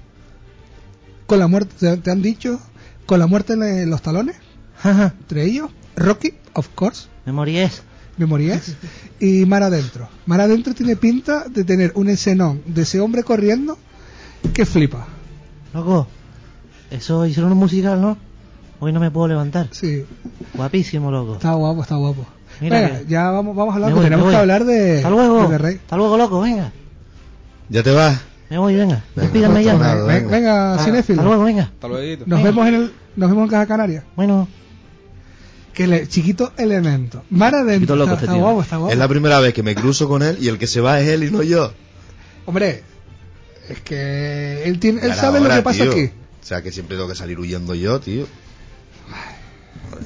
[SPEAKER 1] con la muerte te, te han dicho con la muerte en los talones
[SPEAKER 9] Jaja,
[SPEAKER 1] entre ellos Rocky of course
[SPEAKER 9] Me morí es.
[SPEAKER 1] me morí es, y Mar Adentro Mar Adentro tiene pinta de tener un escenón de ese hombre corriendo que flipa
[SPEAKER 9] Loco, eso hicieron un musical, ¿no? Hoy no me puedo levantar.
[SPEAKER 1] Sí.
[SPEAKER 9] Guapísimo, loco.
[SPEAKER 1] Está guapo, está guapo.
[SPEAKER 9] Mira
[SPEAKER 1] Venga,
[SPEAKER 9] que-
[SPEAKER 1] ya vamos, vamos a hablar,
[SPEAKER 9] Me
[SPEAKER 1] porque
[SPEAKER 9] voy, me
[SPEAKER 1] tenemos que
[SPEAKER 9] voy.
[SPEAKER 1] hablar de.
[SPEAKER 9] Hasta luego.
[SPEAKER 1] de The Rey.
[SPEAKER 9] Hasta luego, loco, venga.
[SPEAKER 5] Ya te vas.
[SPEAKER 9] Me voy, venga. Despídanme ya.
[SPEAKER 1] Venga, venga, cinéfilo.
[SPEAKER 9] Hasta luego, venga.
[SPEAKER 6] Hasta luego.
[SPEAKER 1] Nos vemos en el, nos vemos en Caja Canaria.
[SPEAKER 9] Bueno.
[SPEAKER 1] Que le, chiquito elemento. Mara de
[SPEAKER 5] Chiquito loco
[SPEAKER 1] está,
[SPEAKER 5] este
[SPEAKER 1] está
[SPEAKER 5] tío.
[SPEAKER 1] guapo, está guapo.
[SPEAKER 5] Es la primera vez que me cruzo con él y el que se va es él y no yo.
[SPEAKER 1] Hombre, es que él tiene, él
[SPEAKER 5] Ya era
[SPEAKER 1] sabe lo
[SPEAKER 5] hora,
[SPEAKER 1] que pasa
[SPEAKER 5] tío.
[SPEAKER 1] aquí.
[SPEAKER 5] O sea, que siempre tengo que salir huyendo yo, tío.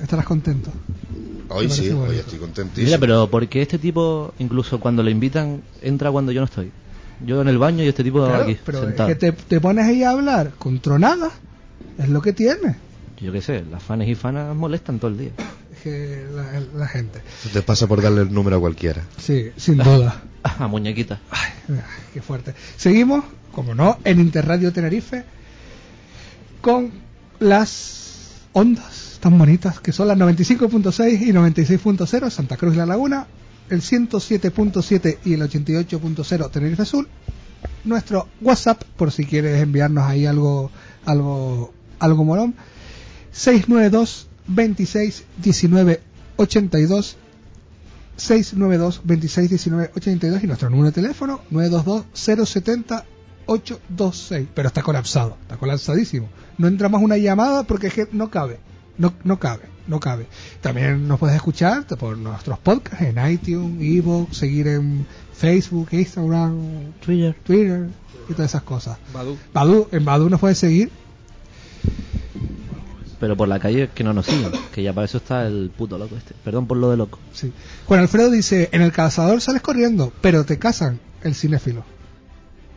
[SPEAKER 1] Estarás contento.
[SPEAKER 5] Hoy
[SPEAKER 1] Me
[SPEAKER 5] sí,
[SPEAKER 1] parece bueno.
[SPEAKER 5] hoy estoy contentísimo.
[SPEAKER 3] Mira, pero ¿por qué este tipo, incluso cuando le invitan, entra cuando yo no estoy? Yo en el baño y este tipo
[SPEAKER 1] Claro,
[SPEAKER 3] aquí,
[SPEAKER 1] pero
[SPEAKER 3] sentado.
[SPEAKER 1] es que te, te pones ahí a hablar con tronadas, es lo que tiene.
[SPEAKER 3] Yo qué sé, las fanes y fanas molestan todo el día.
[SPEAKER 1] Es que la, la gente.
[SPEAKER 5] Eso te pasa por darle el número a cualquiera.
[SPEAKER 1] Sí, sin duda.
[SPEAKER 3] a muñequita.
[SPEAKER 1] Qué fuerte. Seguimos, como no, en Interradio Tenerife con las ondas tan bonitas que son las 95.6 y 96.0 Santa Cruz y La Laguna, el 107.7 y el 88.0 Tenerife Sur. Nuestro WhatsApp, por si quieres enviarnos ahí algo, algo, algo morón, 692 26 19 82 692 2619 82 y nuestro número de teléfono 922-070-826. Pero está colapsado, está colapsadísimo. No entra más una llamada porque es que no cabe. No, no cabe, no cabe. También nos puedes escuchar por nuestros podcasts en iTunes, Evox, seguir en Facebook, Instagram,
[SPEAKER 9] Twitter,
[SPEAKER 1] Twitter y todas esas cosas.
[SPEAKER 6] Badu.
[SPEAKER 1] Badu, en Badu nos puedes seguir.
[SPEAKER 3] Pero por la calle que no nos siguen, que ya para eso está el puto loco este. Perdón por lo de loco.
[SPEAKER 1] Sí. Juan Alfredo dice, en el cazador sales corriendo, pero te casan el cinéfilo.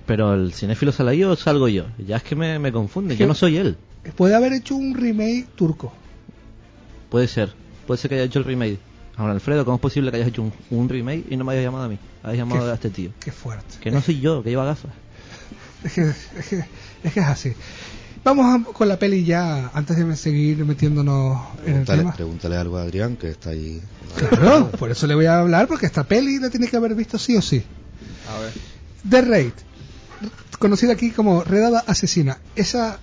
[SPEAKER 3] Pero el cinéfilo sale ahí o salgo yo. Ya es que me, me confunde, yo no soy él.
[SPEAKER 1] Puede haber hecho un remake turco.
[SPEAKER 3] Puede ser, puede ser que haya hecho el remake. Ahora, Alfredo, ¿cómo es posible que hayas hecho un, un remake y no me hayas llamado a mí? Has llamado
[SPEAKER 1] Qué-
[SPEAKER 3] a este tío.
[SPEAKER 1] Qué fuerte.
[SPEAKER 3] Que no soy yo, que lleva gafas.
[SPEAKER 1] Es que, es que, es que es así. Vamos a- con la peli ya, antes de seguir metiéndonos en el
[SPEAKER 5] Pregúntale,
[SPEAKER 1] tema.
[SPEAKER 5] pregúntale algo a Adrián, que está ahí.
[SPEAKER 1] Claro, por eso le voy a hablar, porque esta peli la tiene que haber visto sí o sí.
[SPEAKER 6] A ver.
[SPEAKER 1] The Raid, conocida aquí como Redada Asesina. Esa,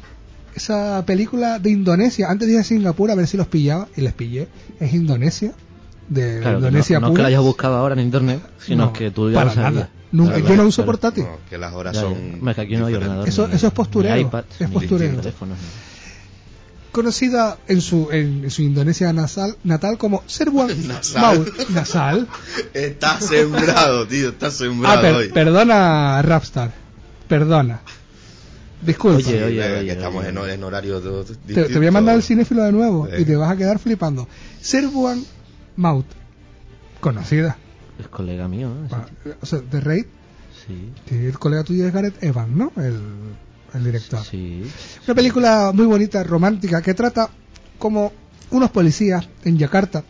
[SPEAKER 1] esa película de Indonesia, antes dije Singapur a ver si los pillaba, y les pillé. Es Indonesia, de
[SPEAKER 3] Claro, que no,
[SPEAKER 1] Indonesia
[SPEAKER 3] no es que
[SPEAKER 1] pura.
[SPEAKER 3] lo hayas buscado ahora en internet, sino
[SPEAKER 1] No,
[SPEAKER 3] que tú ya
[SPEAKER 1] para
[SPEAKER 3] lo sabías.
[SPEAKER 1] nada. Nunca-
[SPEAKER 3] Claro,
[SPEAKER 1] yo no uso
[SPEAKER 3] claro.
[SPEAKER 1] portátil.
[SPEAKER 5] Que las horas
[SPEAKER 3] Ya, ya.
[SPEAKER 5] son.
[SPEAKER 3] No, es que aquí no hay ordenador.
[SPEAKER 1] Eso-
[SPEAKER 3] ni-
[SPEAKER 1] eso es postureo,
[SPEAKER 3] ni iPads,
[SPEAKER 1] es
[SPEAKER 3] ni
[SPEAKER 1] postureo.
[SPEAKER 3] teléfonos, ni-
[SPEAKER 1] conocida en su, en su Indonesia nasal, natal como Serbuan Maul Nasal.
[SPEAKER 5] Está sembrado, tío, está sembrado
[SPEAKER 1] Ah, per-
[SPEAKER 5] hoy.
[SPEAKER 1] perdona, Rapstar. Perdona. Disculpa.
[SPEAKER 5] Sí, venga, que estamos en, hor- en horario de-
[SPEAKER 1] te, te
[SPEAKER 5] de-
[SPEAKER 1] voy a
[SPEAKER 5] distinto.
[SPEAKER 1] mandar el cinéfilo de nuevo
[SPEAKER 5] Venga.
[SPEAKER 1] y te vas a quedar flipando. Serbuan Maut, conocida.
[SPEAKER 3] Es colega mío, ¿eh?
[SPEAKER 1] Va, O sea, The Raid,
[SPEAKER 3] Sí,
[SPEAKER 1] el colega tuyo es Gareth Evans, ¿no? El, el director.
[SPEAKER 3] sí.
[SPEAKER 1] Una película muy bonita, romántica, que trata como unos policías en Yakarta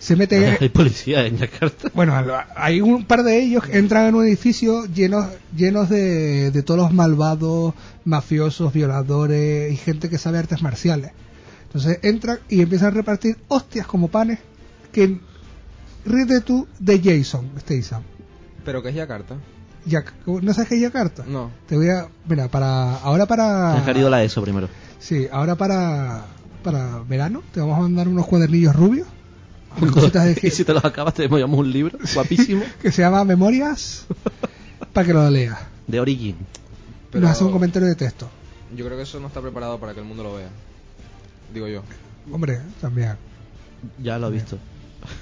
[SPEAKER 1] se meten
[SPEAKER 3] Hay policía en Yakarta.
[SPEAKER 1] Bueno, al- hay un par de ellos que entran en un edificio llenos llenos de, de todos los malvados, mafiosos, violadores y gente que sabe artes marciales. Entonces entran y empiezan a repartir hostias como panes que ríete tú de Jason, este Isam.
[SPEAKER 6] ¿Pero qué es Yakarta?
[SPEAKER 1] Yak- ¿No sabes qué es Yakarta?
[SPEAKER 6] No.
[SPEAKER 1] Te voy a... Mira, para... Ahora para...
[SPEAKER 3] Tienes que haber ido a la ESO primero.
[SPEAKER 1] Sí, ahora para, para verano te vamos a mandar unos cuadernillos rubios con cositas de-
[SPEAKER 3] y si te los acabas, te llamamos un libro guapísimo
[SPEAKER 1] que se llama Memorias para que lo leas.
[SPEAKER 3] de Origin.
[SPEAKER 6] Pero-
[SPEAKER 1] Nos hace un comentario de texto.
[SPEAKER 6] Yo creo que eso no está preparado para que el mundo lo vea. Digo yo.
[SPEAKER 1] Hombre, también.
[SPEAKER 3] Ya lo he visto.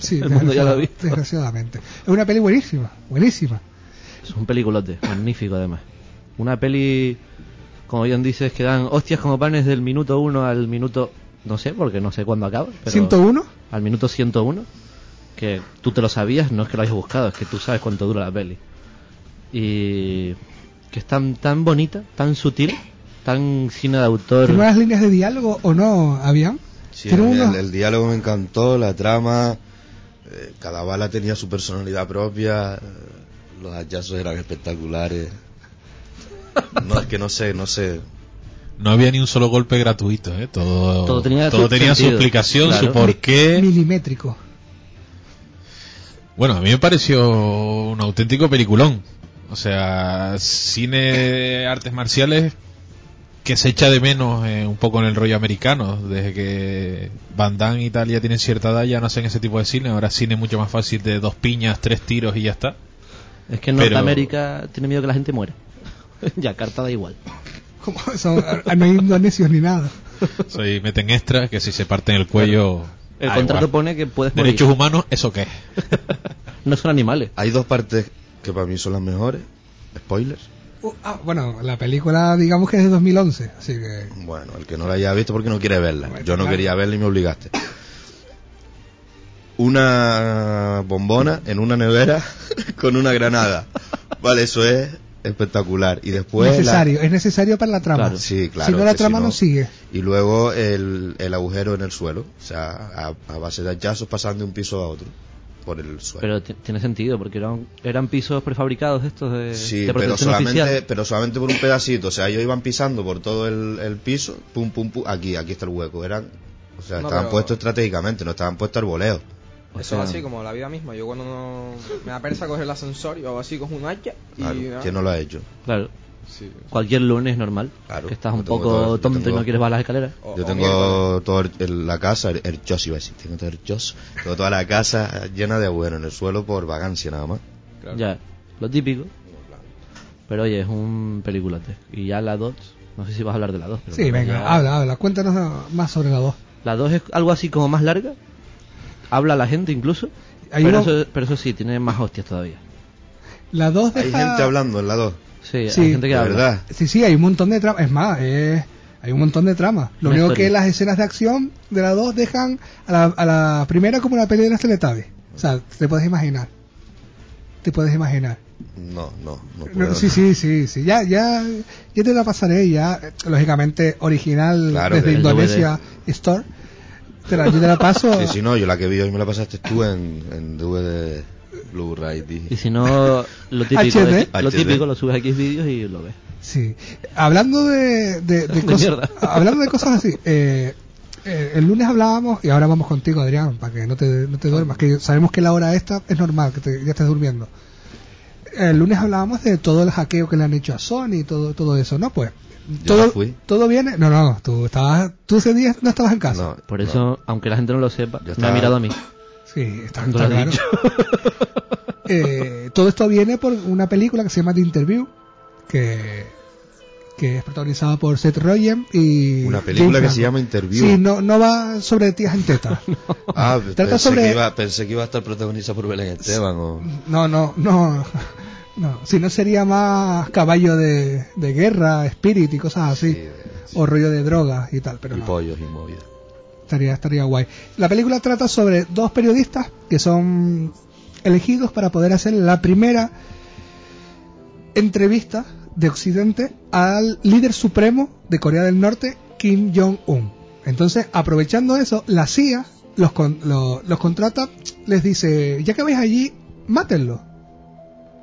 [SPEAKER 1] Sí,
[SPEAKER 3] El mundo ya lo ha visto.
[SPEAKER 1] desgraciadamente. Es una peli buenísima, buenísima.
[SPEAKER 3] Es un peliculote, magnífico además. Una peli, como bien dices, que dan hostias como panes del minuto 1 al minuto, no sé, porque no sé cuándo acaba. Pero
[SPEAKER 1] 101,
[SPEAKER 3] Al minuto 101, que tú te lo sabías, no es que lo hayas buscado, es que tú sabes cuánto dura la peli. Y que es tan, tan bonita, tan sutil, tan cine de autor.
[SPEAKER 1] ¿tiene unas líneas de diálogo o no, habían?
[SPEAKER 5] Sí, el,
[SPEAKER 1] Tiene unos-
[SPEAKER 5] el- el diálogo me encantó, la trama. eh, cada bala tenía su personalidad propia. eh, los hallazgos eran espectaculares. No, es que no sé, no sé.
[SPEAKER 4] No había ni un solo golpe gratuito, ¿eh? Todo,
[SPEAKER 3] Todo tenía su
[SPEAKER 4] tenía su
[SPEAKER 3] sentido,
[SPEAKER 4] explicación,
[SPEAKER 3] claro.
[SPEAKER 4] su porqué.
[SPEAKER 1] Milimétrico.
[SPEAKER 4] Bueno, a mí me pareció un auténtico peliculón. O sea, cine de artes marciales que se echa de menos eh, un poco en el rollo americano. Desde que Van Damme y Italia tienen cierta edad ya no hacen ese tipo de cine. Ahora es cine mucho más fácil de dos piñas, tres tiros y ya está.
[SPEAKER 3] Es que en
[SPEAKER 4] Pero-
[SPEAKER 3] Norteamérica tiene miedo que la gente muera. En Yakarta da igual.
[SPEAKER 1] Como son, ah, no hay indonesios ni nada.
[SPEAKER 4] Se meten extras que si se parten el cuello...
[SPEAKER 3] El
[SPEAKER 5] Ah,
[SPEAKER 4] da
[SPEAKER 3] contrato
[SPEAKER 4] igual.
[SPEAKER 3] pone que puedes morir.
[SPEAKER 4] Derechos humanos, ¿eso qué es?
[SPEAKER 3] no son animales.
[SPEAKER 5] Hay dos partes que para mí son las mejores. Spoilers.
[SPEAKER 1] Uh, ah, bueno, la película digamos que es de 2011, así que...
[SPEAKER 5] Bueno, el que no la haya visto porque no quiere verla. Yo no quería verla y me obligaste. Una bombona en una nevera con una granada. Vale, eso es espectacular. Y después... la-
[SPEAKER 1] necesario, es necesario para la trama.
[SPEAKER 5] Claro, sí, claro,
[SPEAKER 1] si no la
[SPEAKER 5] que si
[SPEAKER 1] trama
[SPEAKER 5] no-
[SPEAKER 1] no sigue.
[SPEAKER 5] Y luego el, el agujero en el suelo. O sea, a, a base de hachazos pasando de un piso a otro. Por el suelo.
[SPEAKER 3] Pero ti- tiene sentido, porque eran, eran pisos prefabricados estos de,
[SPEAKER 5] Sí,
[SPEAKER 3] de
[SPEAKER 5] pero
[SPEAKER 3] protección
[SPEAKER 5] solamente,
[SPEAKER 3] oficial.
[SPEAKER 5] pero solamente por un pedacito. O sea, ellos iban pisando por todo el, el piso, pum, pum, pum. Aquí, aquí está el hueco. Eran, o sea,
[SPEAKER 6] No,
[SPEAKER 5] estaban
[SPEAKER 6] pero-
[SPEAKER 5] puestos estratégicamente, no estaban puestos al voleo.
[SPEAKER 6] Eso es así como la vida misma. Yo cuando no me da pereza coger el ascensor, yo hago así, cojo un hacha y...
[SPEAKER 5] Claro,
[SPEAKER 6] nada.
[SPEAKER 5] ¿quién no lo ha hecho?
[SPEAKER 3] Claro.
[SPEAKER 6] Sí.
[SPEAKER 3] Cualquier lunes normal. que estás un
[SPEAKER 5] yo tengo
[SPEAKER 3] poco
[SPEAKER 5] todo- yo
[SPEAKER 3] tonto y
[SPEAKER 5] tengo-
[SPEAKER 3] no quieres bajar las escaleras.
[SPEAKER 5] Yo tengo toda la casa, el, el chos, iba a decir, tengo todo el chos. Tengo toda la casa llena de agujero en el suelo por vagancia nada más.
[SPEAKER 3] Ya, lo típico. Pero oye, es un peliculote. Y ya la 2, no sé si vas a hablar de la 2. pero
[SPEAKER 1] Sí,
[SPEAKER 3] bueno,
[SPEAKER 1] venga,
[SPEAKER 3] ya-
[SPEAKER 1] habla, habla, cuéntanos más sobre la 2.
[SPEAKER 3] La 2 es algo así como más larga. Habla la gente incluso.
[SPEAKER 1] Hay
[SPEAKER 3] Pero,
[SPEAKER 1] uno-
[SPEAKER 3] eso, pero eso sí, tiene más hostias todavía.
[SPEAKER 1] La 2
[SPEAKER 5] Hay
[SPEAKER 1] deja-
[SPEAKER 5] gente hablando en la 2.
[SPEAKER 3] Sí,
[SPEAKER 1] Sí.
[SPEAKER 3] hay gente que
[SPEAKER 5] De
[SPEAKER 3] habla.
[SPEAKER 5] verdad.
[SPEAKER 1] Sí, sí, hay un montón de tramas. Es más, eh, hay un montón de tramas. Lo
[SPEAKER 3] Una
[SPEAKER 1] único
[SPEAKER 3] historia.
[SPEAKER 1] que las escenas de acción de la 2 dejan a la, a la primera como la pelea de las Teletubbies. O sea, te puedes imaginar. Te puedes imaginar.
[SPEAKER 5] No, no, no
[SPEAKER 1] No,
[SPEAKER 5] puedo.
[SPEAKER 1] sí, sí, sí, sí. Ya, ya, ya te la pasaré. Ya, eh, lógicamente, original
[SPEAKER 5] Claro,
[SPEAKER 1] desde
[SPEAKER 5] el
[SPEAKER 1] Indonesia Store. Te la, yo te la paso.
[SPEAKER 5] Sí, sí, no, yo la que vi hoy me la pasaste tú en, en DVD Blu-ray. dije.
[SPEAKER 3] Y si no, lo típico,
[SPEAKER 1] HD.
[SPEAKER 3] de- lo,
[SPEAKER 5] HD.
[SPEAKER 3] típico lo subes a X vídeos y lo ves.
[SPEAKER 1] Sí. Hablando de, de, de
[SPEAKER 3] De
[SPEAKER 1] cosas,
[SPEAKER 3] mierda.
[SPEAKER 1] hablando de cosas así, eh, eh, el lunes hablábamos y ahora vamos contigo, Adrián, para que no te, no te duermas, que sabemos que la hora esta es normal, que te- ya estés durmiendo. El lunes hablábamos de todo el hackeo que le han hecho a Sony y todo, todo eso, ¿no? Pues todo,
[SPEAKER 5] no fui.
[SPEAKER 1] todo viene. No, no, tú, estabas, tú ese día no estabas en casa.
[SPEAKER 3] Por eso, aunque la gente no lo sepa, me
[SPEAKER 5] estaba-
[SPEAKER 3] ha mirado a mí.
[SPEAKER 1] Sí, está,
[SPEAKER 3] Cuando
[SPEAKER 1] está
[SPEAKER 3] lo has
[SPEAKER 1] claro. Eh, todo esto viene por una película que se llama The Interview, que, que es protagonizada por Seth Rogen y...
[SPEAKER 5] Una película
[SPEAKER 1] James
[SPEAKER 5] que se
[SPEAKER 1] Franco.
[SPEAKER 5] llama Interview.
[SPEAKER 1] Sí, no, no va sobre tías en tetas.
[SPEAKER 5] Ah,
[SPEAKER 1] Trata
[SPEAKER 5] pensé,
[SPEAKER 1] sobre-
[SPEAKER 5] que iba, pensé que iba a estar protagonizada por Belén Esteban. O...
[SPEAKER 1] No, no, no. no. Si no sería más caballo de, de guerra, spirit y cosas así. O rollo de drogas y tal, pero
[SPEAKER 5] y
[SPEAKER 1] no.
[SPEAKER 5] pollos y movidas.
[SPEAKER 1] Estaría, estaría guay. La película trata sobre dos periodistas que son elegidos para poder hacer la primera entrevista de Occidente al líder supremo de Corea del Norte, Kim Jong-un. Entonces, aprovechando eso, la CIA los, con- lo- los contrata, les dice, ya que vais allí, mátenlo.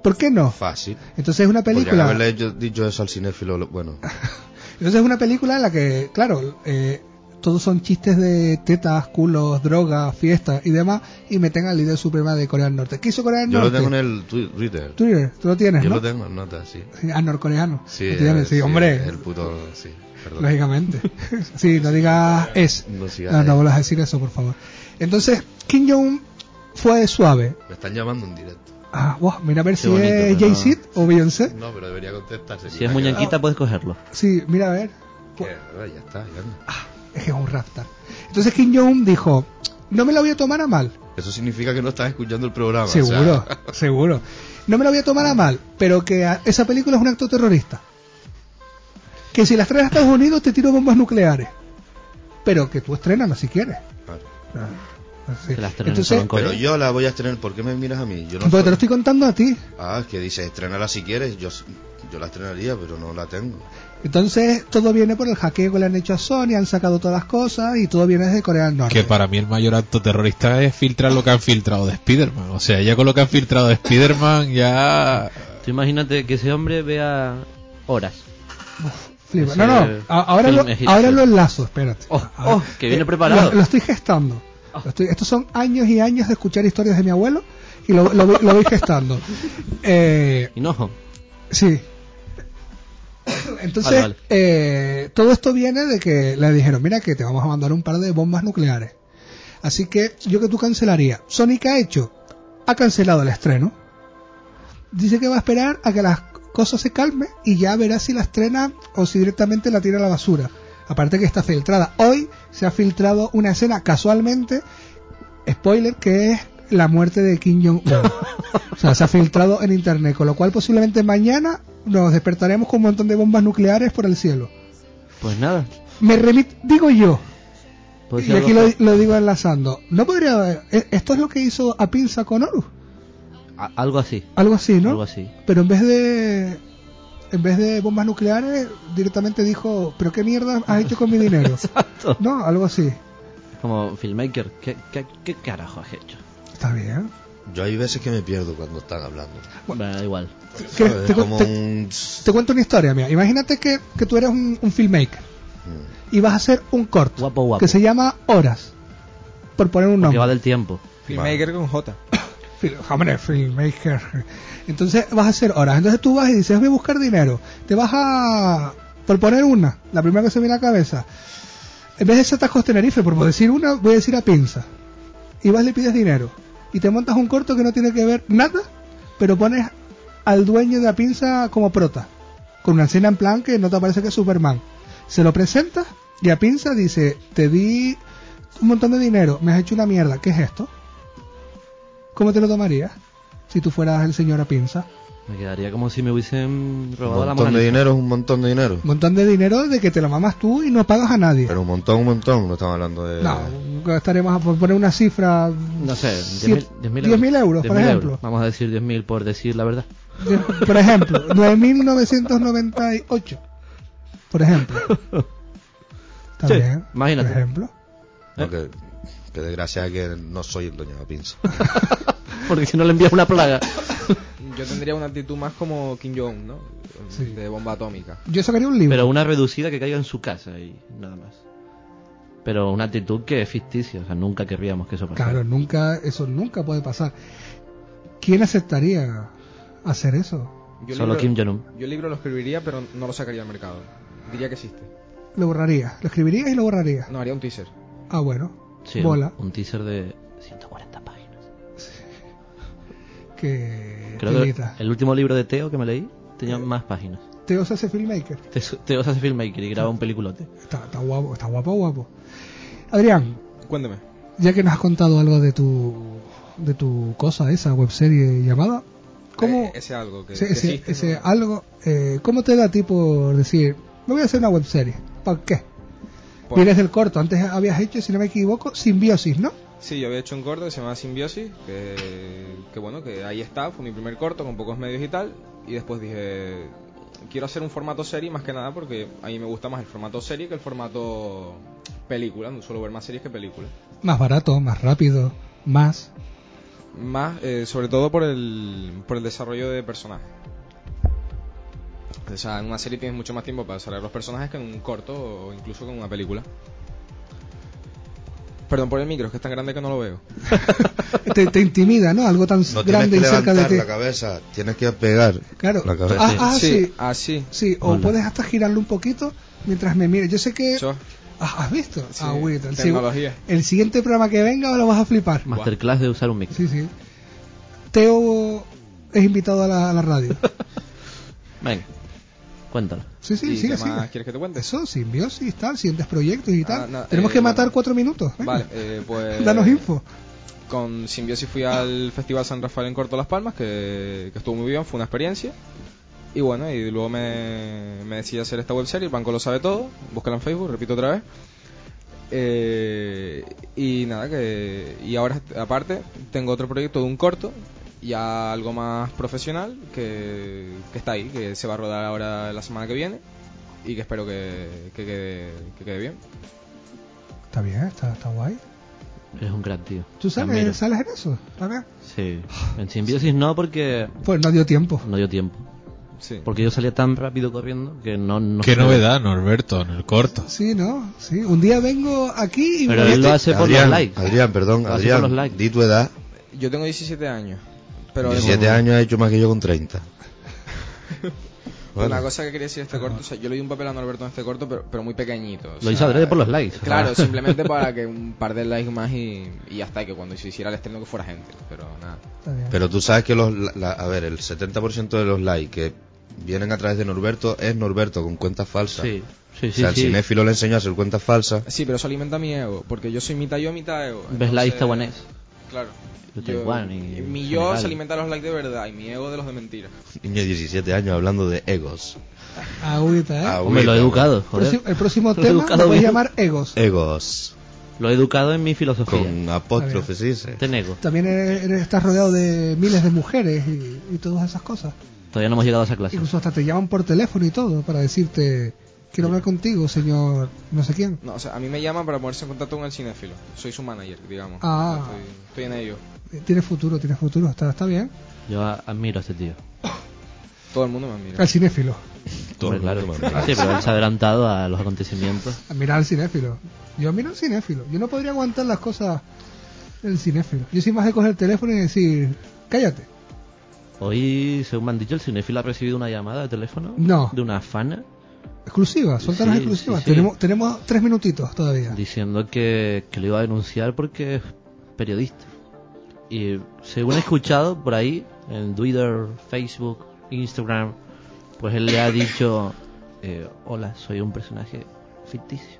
[SPEAKER 1] ¿Por qué no?
[SPEAKER 5] Fácil.
[SPEAKER 1] Entonces es una
[SPEAKER 5] Podrían
[SPEAKER 1] película...
[SPEAKER 5] haberle hecho- dicho eso al cinéfilo. lo- Bueno,
[SPEAKER 1] Entonces es una película en la que, claro, eh, todos son chistes de tetas, culos, drogas, fiestas y demás, y meten al líder suprema de Corea del Norte. ¿Qué hizo Corea del
[SPEAKER 5] yo lo
[SPEAKER 1] Norte?
[SPEAKER 5] tengo en el twi- Twitter.
[SPEAKER 1] Twitter, tú lo tienes,
[SPEAKER 5] yo
[SPEAKER 1] ¿no?
[SPEAKER 5] lo tengo en notas, sí.
[SPEAKER 1] Sí, Ah, norcoreano.
[SPEAKER 5] Sí,
[SPEAKER 1] Lo tienes,
[SPEAKER 5] eh,
[SPEAKER 1] sí,
[SPEAKER 5] sí,
[SPEAKER 1] hombre,
[SPEAKER 5] El puto, sí, perdón.
[SPEAKER 1] lógicamente. sí, no digas es.
[SPEAKER 5] No sigas
[SPEAKER 1] No, no
[SPEAKER 5] es.
[SPEAKER 1] vuelvas a decir eso, por favor. Entonces, Kim Jong-un fue suave.
[SPEAKER 5] Me están llamando en directo.
[SPEAKER 1] Ah, wow, mira a ver
[SPEAKER 5] Qué
[SPEAKER 1] si
[SPEAKER 5] bonito,
[SPEAKER 1] es
[SPEAKER 5] pero
[SPEAKER 1] Jay-Z o Beyoncé.
[SPEAKER 5] No, pero debería contestarse.
[SPEAKER 3] Si es muñequita, pues- puedes cogerlo.
[SPEAKER 1] Sí, mira a ver.
[SPEAKER 5] Ah, pues, ya está, ya.
[SPEAKER 1] Es que es un raptar. Entonces Kim Jong-un dijo, no me la voy a tomar a mal.
[SPEAKER 5] Eso significa que no estás escuchando el programa. o sea,
[SPEAKER 1] Seguro, seguro. No me lo voy a tomar a
[SPEAKER 3] Mm.
[SPEAKER 1] mal, pero que a- esa película es un acto terrorista. Que si la estrenas a Estados Unidos te tiro bombas nucleares. Pero que tú estrenas si quieres.
[SPEAKER 5] Claro.
[SPEAKER 1] Ah, sí.
[SPEAKER 3] Que las estrenan
[SPEAKER 1] Entonces,
[SPEAKER 3] solo en Corea.
[SPEAKER 5] Pero yo la voy a estrenar. ¿Por qué me miras a mí? Yo no
[SPEAKER 1] porque te
[SPEAKER 5] soy-
[SPEAKER 1] lo estoy contando a ti.
[SPEAKER 5] Ah, es que dices, estrenala si quieres. Yo, yo la estrenaría, pero no la tengo.
[SPEAKER 1] Entonces todo viene por el hackeo que le han hecho a Sony, han sacado todas las cosas y todo viene desde Corea del Norte.
[SPEAKER 4] Que para mí el mayor acto terrorista es filtrar lo que han filtrado de Spider-Man. O sea, ya con lo que han filtrado de Spider-Man, ya.
[SPEAKER 3] Tú imagínate que ese hombre vea horas.
[SPEAKER 1] Flipa.
[SPEAKER 3] Ese
[SPEAKER 1] No, no, a- ahora,
[SPEAKER 3] film
[SPEAKER 1] lo,
[SPEAKER 3] egipcio.
[SPEAKER 1] ahora lo enlazo, espérate.
[SPEAKER 3] Oh,
[SPEAKER 1] Ahora-
[SPEAKER 3] oh, que viene
[SPEAKER 1] eh,
[SPEAKER 3] preparado. Oh.
[SPEAKER 1] Lo, lo estoy gestando. Lo estoy- estos son años y años de escuchar historias de mi abuelo y lo, lo, voy- lo voy gestando. Eh,
[SPEAKER 3] Hinojo.
[SPEAKER 1] sí. Entonces,
[SPEAKER 3] Vale, vale.
[SPEAKER 1] eh, todo esto viene de que le dijeron, mira que te vamos a mandar un par de bombas nucleares. Así que yo que tú cancelaría. Sony ¿qué ha hecho? Ha cancelado el estreno. Dice que va a esperar a que las cosas se calmen y ya verá si la estrena o si directamente la tira a la basura. Aparte que está filtrada. Hoy se ha filtrado una escena casualmente, spoiler, que es la muerte de Kim Jong-un. O sea, se ha filtrado en internet, con lo cual posiblemente mañana nos despertaremos con un montón de bombas nucleares por el cielo.
[SPEAKER 3] Pues nada.
[SPEAKER 1] Me remito, digo yo,
[SPEAKER 3] Pues
[SPEAKER 1] y
[SPEAKER 3] ya
[SPEAKER 1] aquí
[SPEAKER 3] lo-
[SPEAKER 1] lo, lo digo enlazando, no podría haber- e- esto es lo que hizo a pinza con Horus,
[SPEAKER 3] a- algo así.
[SPEAKER 1] algo así, ¿no?
[SPEAKER 3] Algo así.
[SPEAKER 1] Pero en vez de en vez de bombas nucleares directamente dijo, pero qué mierda has hecho con mi dinero.
[SPEAKER 3] Exacto.
[SPEAKER 1] No, algo así.
[SPEAKER 3] Como filmmaker, ¿qué, qué, qué carajo has hecho?
[SPEAKER 1] Está bien.
[SPEAKER 5] Yo hay veces que me pierdo cuando están hablando.
[SPEAKER 3] Bueno, da igual.
[SPEAKER 1] ¿Qué?
[SPEAKER 5] ¿Sabes?
[SPEAKER 1] Te cu-
[SPEAKER 5] Como
[SPEAKER 1] te-
[SPEAKER 5] un...
[SPEAKER 1] Te cuento una historia mía. Imagínate que, que tú eres un, un filmmaker y vas a hacer un corto
[SPEAKER 3] guapo.
[SPEAKER 1] que se llama Horas, por poner un
[SPEAKER 3] Porque
[SPEAKER 1] nombre.
[SPEAKER 3] va del tiempo.
[SPEAKER 6] Filmmaker con J.
[SPEAKER 1] Fil- Hombre, filmmaker. Entonces vas a hacer horas. Entonces tú vas y dices, voy a buscar dinero. Te vas a. Por poner una, la primera que se me viene a la cabeza. En vez de ser Tajos Tenerife, por decir una, voy a decir a pinza. Y vas y le pides dinero. Y te montas un corto que no tiene que ver nada, pero pones al dueño de la pinza como prota. Con una escena en plan que no te parece que es Superman. Se lo presentas y a pinza dice, te di un montón de dinero, me has hecho una mierda, ¿qué es esto? ¿Cómo te lo tomarías si tú fueras el señor a pinza?
[SPEAKER 3] Me quedaría como si me hubiesen
[SPEAKER 5] Un
[SPEAKER 3] robado la
[SPEAKER 5] montón
[SPEAKER 3] Mona
[SPEAKER 5] de
[SPEAKER 3] Lisa.
[SPEAKER 5] dinero es un montón de dinero.
[SPEAKER 1] Un montón de dinero de que te lo mamas tú y no pagas a nadie.
[SPEAKER 5] Pero un montón, un montón. No estamos hablando de...
[SPEAKER 1] No, gastaremos a por poner una cifra.
[SPEAKER 3] eh, No sé,
[SPEAKER 1] siete-
[SPEAKER 3] 10.000 10.000
[SPEAKER 1] 10.000 euros, por
[SPEAKER 3] 10.000
[SPEAKER 1] ejemplo.
[SPEAKER 3] Vamos a decir 10.000 por decir la verdad.
[SPEAKER 1] Por ejemplo, 9.998. Por ejemplo. Está
[SPEAKER 3] Sí,
[SPEAKER 1] bien.
[SPEAKER 3] imagínate.
[SPEAKER 1] Por ejemplo.
[SPEAKER 5] No, que, que desgracia que no soy el dueño de la pinza.
[SPEAKER 3] Porque si no le envías una plaga.
[SPEAKER 6] Yo tendría una actitud más como Kim Jong, ¿no? De bomba atómica.
[SPEAKER 1] Yo sacaría un libro.
[SPEAKER 3] Pero una reducida que caiga en su casa y nada más. Pero una actitud que es ficticia, o sea, nunca querríamos que eso pasara.
[SPEAKER 1] Claro, nunca, eso nunca puede pasar. ¿Quién aceptaría hacer eso?
[SPEAKER 6] Yo el
[SPEAKER 3] Solo
[SPEAKER 6] libro-
[SPEAKER 3] Kim Jong-un.
[SPEAKER 6] Yo el libro lo escribiría, pero no lo sacaría al mercado. Diría que existe.
[SPEAKER 1] Lo borraría. Lo escribiría y lo borraría.
[SPEAKER 6] No, haría un teaser.
[SPEAKER 1] Ah, bueno.
[SPEAKER 3] Sí,
[SPEAKER 1] Bola.
[SPEAKER 3] Un, un teaser de...
[SPEAKER 1] Que.
[SPEAKER 3] Creo que
[SPEAKER 1] Telita.
[SPEAKER 3] el último libro de Teo que me leí
[SPEAKER 5] Eh.
[SPEAKER 3] tenía más páginas.
[SPEAKER 1] Teo se hace filmmaker.
[SPEAKER 3] Te- Teo se hace filmmaker y graba un peliculote.
[SPEAKER 1] Está, está guapo, está guapo, guapo. Adrián,
[SPEAKER 6] Cuéntame.
[SPEAKER 1] ya que nos has contado algo de tu de tu cosa esa webserie llamada
[SPEAKER 5] Eh,
[SPEAKER 6] ¿Cómo? E-, ese algo que,
[SPEAKER 1] ese,
[SPEAKER 6] que
[SPEAKER 1] ese-
[SPEAKER 6] existe.
[SPEAKER 1] ese algo eh, cómo te da tipo decir me voy a hacer una webserie ¿por qué?
[SPEAKER 6] Por-
[SPEAKER 1] vienes del corto antes habías hecho si no me equivoco simbiosis ¿no?
[SPEAKER 6] Sí, yo había hecho un corto que se llamaba Simbiosis, que, que bueno, que ahí está, fue mi primer corto con pocos medios y tal, y después dije, quiero hacer un formato serie más que nada porque a mí me gusta más el formato serie que el formato película, no suelo ver más series que películas.
[SPEAKER 1] más barato más rápido más
[SPEAKER 6] Más, eh, sobre todo por el, por el desarrollo de personajes. O sea, en una serie tienes mucho más tiempo para desarrollar los personajes que en un corto o incluso con una película. Perdón por el micro, es que es tan grande que no lo veo.
[SPEAKER 1] te, te intimida ¿no? algo tan
[SPEAKER 5] No tienes
[SPEAKER 1] grande
[SPEAKER 5] que
[SPEAKER 1] y cerca de
[SPEAKER 5] levantar
[SPEAKER 1] ti
[SPEAKER 5] la cabeza, tienes que pegar
[SPEAKER 1] Claro.
[SPEAKER 5] la cabeza.
[SPEAKER 1] Ah, ah, sí.
[SPEAKER 6] Así.
[SPEAKER 1] sí o puedes hasta girarlo un poquito mientras me mires yo sé que Ah, ¿Has visto? Ah, güey, el,
[SPEAKER 6] tecnología.
[SPEAKER 1] sig- el siguiente programa que venga lo vas a flipar.
[SPEAKER 3] Masterclass de usar un micro.
[SPEAKER 1] Sí, sí. Teo es invitado a la, a la radio.
[SPEAKER 3] Venga, cuéntalo.
[SPEAKER 1] Sí, sí,
[SPEAKER 6] ¿Y
[SPEAKER 1] sigue,
[SPEAKER 6] qué más
[SPEAKER 1] sigue.
[SPEAKER 6] quieres que te cuente?
[SPEAKER 1] Eso, simbiosis, tal, siguientes proyectos y tal.
[SPEAKER 6] no,
[SPEAKER 1] Tenemos
[SPEAKER 6] eh,
[SPEAKER 1] que
[SPEAKER 6] bueno.
[SPEAKER 1] matar cuatro minutos. venga.
[SPEAKER 6] Vale, eh, pues.
[SPEAKER 1] Danos info.
[SPEAKER 6] Con Simbiosis fui al Festival San Rafael en Corto Las Palmas, que, que estuvo muy bien, fue una experiencia. Y bueno, y luego me, me decidí hacer esta webserie, el banco lo sabe todo, búscala en Facebook, repito otra vez. Eh, y nada, que. Y ahora, aparte, tengo otro proyecto de un corto, ya algo más profesional, que, que está ahí, que se va a rodar ahora la semana que viene. Y que espero que, que quede, que quede bien.
[SPEAKER 1] Está bien, está, está guay.
[SPEAKER 3] Eres un gran tío.
[SPEAKER 1] ¿Tú
[SPEAKER 3] Te admiro.
[SPEAKER 1] sales, sales en eso? ¿También?
[SPEAKER 3] Sí. En simbiosis no, porque
[SPEAKER 1] Pues no dio tiempo.
[SPEAKER 3] no dio tiempo.
[SPEAKER 6] Sí.
[SPEAKER 3] Porque yo salía tan rápido corriendo que no... no
[SPEAKER 4] Qué
[SPEAKER 3] se-
[SPEAKER 4] novedad, Norberto, en el corto.
[SPEAKER 1] Sí, ¿no? Sí. Un día vengo aquí y...
[SPEAKER 3] Pero
[SPEAKER 1] me-
[SPEAKER 3] él lo hace por los
[SPEAKER 5] Adrián,
[SPEAKER 3] likes.
[SPEAKER 5] Adrián, perdón,
[SPEAKER 3] Lo hace por los
[SPEAKER 5] Adrián,
[SPEAKER 3] likes.
[SPEAKER 5] di tu edad.
[SPEAKER 6] Yo tengo 17 años. Pero
[SPEAKER 5] 17 años ha hecho más que yo con 30.
[SPEAKER 6] Una
[SPEAKER 5] Vale.
[SPEAKER 6] cosa que quería decir este corto, o sea, yo le di un papel a Norberto en este corto, pero, pero muy pequeñito. o
[SPEAKER 3] Lo
[SPEAKER 6] sea,
[SPEAKER 3] hizo adrede por los likes.
[SPEAKER 6] Claro, simplemente para que un par de likes más y, y ya está, que cuando se hiciera el estreno que fuera gente, pero nada.
[SPEAKER 5] Pero tú sabes que los, la- la- a ver, el 70% de los likes que vienen a través de Norberto es Norberto con cuentas falsas.
[SPEAKER 6] Sí,
[SPEAKER 3] sí,
[SPEAKER 5] o
[SPEAKER 3] sí,
[SPEAKER 5] sea, el
[SPEAKER 3] sí.
[SPEAKER 5] cinéfilo le enseñó a hacer cuentas falsas.
[SPEAKER 6] Sí, pero eso alimenta mi ego, porque yo soy mitad yo, mitad ego.
[SPEAKER 3] Ves la
[SPEAKER 6] entonces-
[SPEAKER 3] lista ¿eh? buena
[SPEAKER 6] Claro.
[SPEAKER 3] De
[SPEAKER 6] Yo-
[SPEAKER 3] Taiwán y
[SPEAKER 6] mi yo
[SPEAKER 3] Senegal.
[SPEAKER 6] se alimenta de los likes de verdad y mi ego de los de mentira.
[SPEAKER 5] Niño de 17 años hablando de egos. Ah,
[SPEAKER 1] Agüita, ¿eh?
[SPEAKER 5] Agüita,
[SPEAKER 3] Hombre, lo he educado,
[SPEAKER 5] joder.
[SPEAKER 1] Próximo- el próximo
[SPEAKER 3] Ah, Lo he
[SPEAKER 1] tema
[SPEAKER 3] educado
[SPEAKER 1] lo voy a
[SPEAKER 3] bien.
[SPEAKER 1] llamar egos.
[SPEAKER 5] Egos.
[SPEAKER 3] Lo he educado en mi filosofía.
[SPEAKER 5] Con apóstrofe, sí.
[SPEAKER 3] Te nego.
[SPEAKER 1] También eres- estás rodeado de miles de mujeres y, y todas esas cosas.
[SPEAKER 3] Todavía no hemos llegado a esa clase.
[SPEAKER 1] Incluso hasta te llaman por teléfono y todo para decirte, quiero hablar contigo, señor no sé quién.
[SPEAKER 6] No, o sea, a mí me llaman para ponerse en contacto con el cinéfilo. Soy su manager, digamos.
[SPEAKER 1] Ah.
[SPEAKER 6] Estoy, estoy en ello.
[SPEAKER 1] Tiene futuro, tiene futuro, está, está bien.
[SPEAKER 3] Yo a- admiro a este tío.
[SPEAKER 6] Todo el mundo me admira.
[SPEAKER 1] Al cinéfilo.
[SPEAKER 3] Hombre, claro.
[SPEAKER 1] admira.
[SPEAKER 3] Sí, pero él se ha adelantado a los acontecimientos.
[SPEAKER 1] Admirar al cinéfilo. Yo miro al cinéfilo. Yo no podría aguantar las cosas del cinéfilo. Yo soy más de coger el teléfono y decir, cállate.
[SPEAKER 3] Hoy, según me han dicho, el cinefil ha recibido una llamada de teléfono
[SPEAKER 1] No.
[SPEAKER 3] de una fana
[SPEAKER 1] Exclusiva, suelta las
[SPEAKER 3] Sí,
[SPEAKER 1] exclusivas.
[SPEAKER 3] sí, sí.
[SPEAKER 1] Tenemos, tenemos tres minutitos todavía.
[SPEAKER 3] diciendo que, que lo iba a denunciar porque es periodista. Y según he escuchado por ahí, en Twitter, Facebook, Instagram, pues él le ha dicho, eh, hola, soy un personaje ficticio.